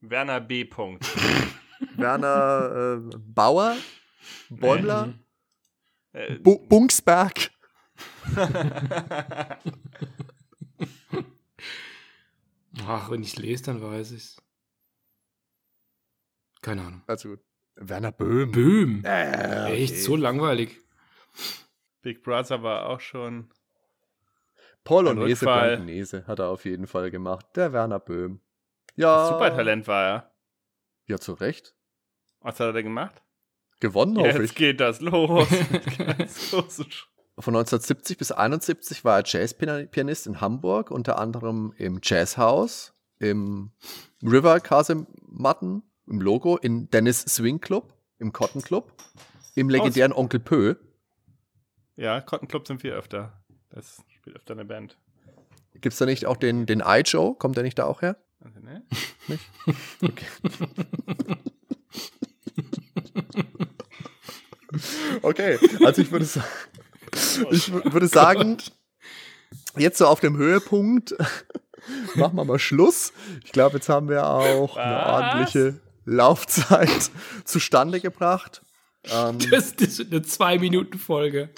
Werner B. Punkt. Werner äh, Bauer? Bäumler? Äh, *laughs* Bu Bungsberg? Ach, wenn ich lese, dann weiß ich's. Keine Ahnung. Also gut. Werner Böhm. Böhm. Äh, okay. Echt so *laughs* langweilig. Big Brother war auch schon. Polonaise, Rückfall. Blankenese hat er auf jeden Fall gemacht. Der Werner Böhm. Oh. Ja. Supertalent war er. Ja, zu Recht. Was hat er denn gemacht? Gewonnen, hoffe ich. Jetzt geht das *laughs* los. Jetzt geht das los. Von 1970 bis 71 war er Jazzpianist in Hamburg, unter anderem im Jazzhaus, im River Kasematten, im Logo, im Dennis Swing Club, im Cotton Club, im legendären Onkel Pö. Ja, Cotton Club sind wir öfter. Das spielt öfter eine Band. Gibt's da nicht auch den, den I-Joe? Kommt der nicht da auch her? Also, ne? Okay, also ich würde, sa- ich wü- würde sagen, jetzt so auf dem Höhepunkt, *laughs* machen wir mal Schluss. Ich glaube, jetzt haben wir auch eine Was? ordentliche Laufzeit *laughs* zustande gebracht. Ähm, Das, das wird eine Zwei-Minuten-Folge.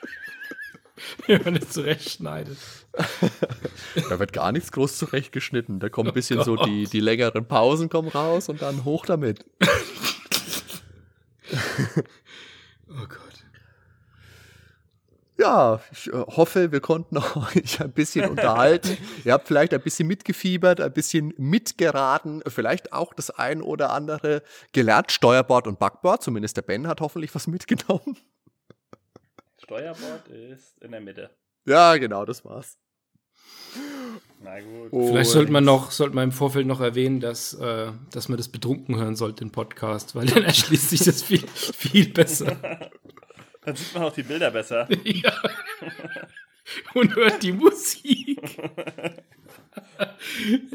*laughs* Wenn man das zurechtschneidet. da wird gar nichts groß zurechtgeschnitten. Da kommen ein bisschen so die, die längeren Pausen kommen raus und dann hoch damit. Oh Gott. Ja, ich äh, hoffe, wir konnten *laughs* euch ein bisschen unterhalten. Ihr habt vielleicht ein bisschen mitgefiebert, ein bisschen mitgeraten, vielleicht auch das ein oder andere gelernt, Steuerbord und Backbord. Zumindest der Ben hat hoffentlich was *laughs* mitgenommen. Steuerbord ist in der Mitte. Ja, genau, das war's. Na gut. Vielleicht Und- sollte man noch, sollte man im Vorfeld noch erwähnen, dass, äh, dass man das betrunken hören sollte, den Podcast, weil dann erschließt sich das viel, viel *laughs* besser. Dann sieht man auch die Bilder besser. ja. Und hört die *laughs* Musik.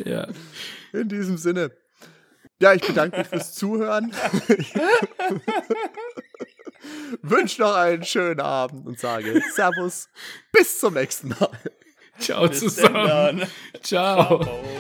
ja. In diesem Sinne. Ja, ich bedanke mich fürs Zuhören. *laughs* Wünsche noch einen schönen Abend und sage Servus. Bis zum nächsten Mal. Ciao zusammen. Dann. Ciao. Oh.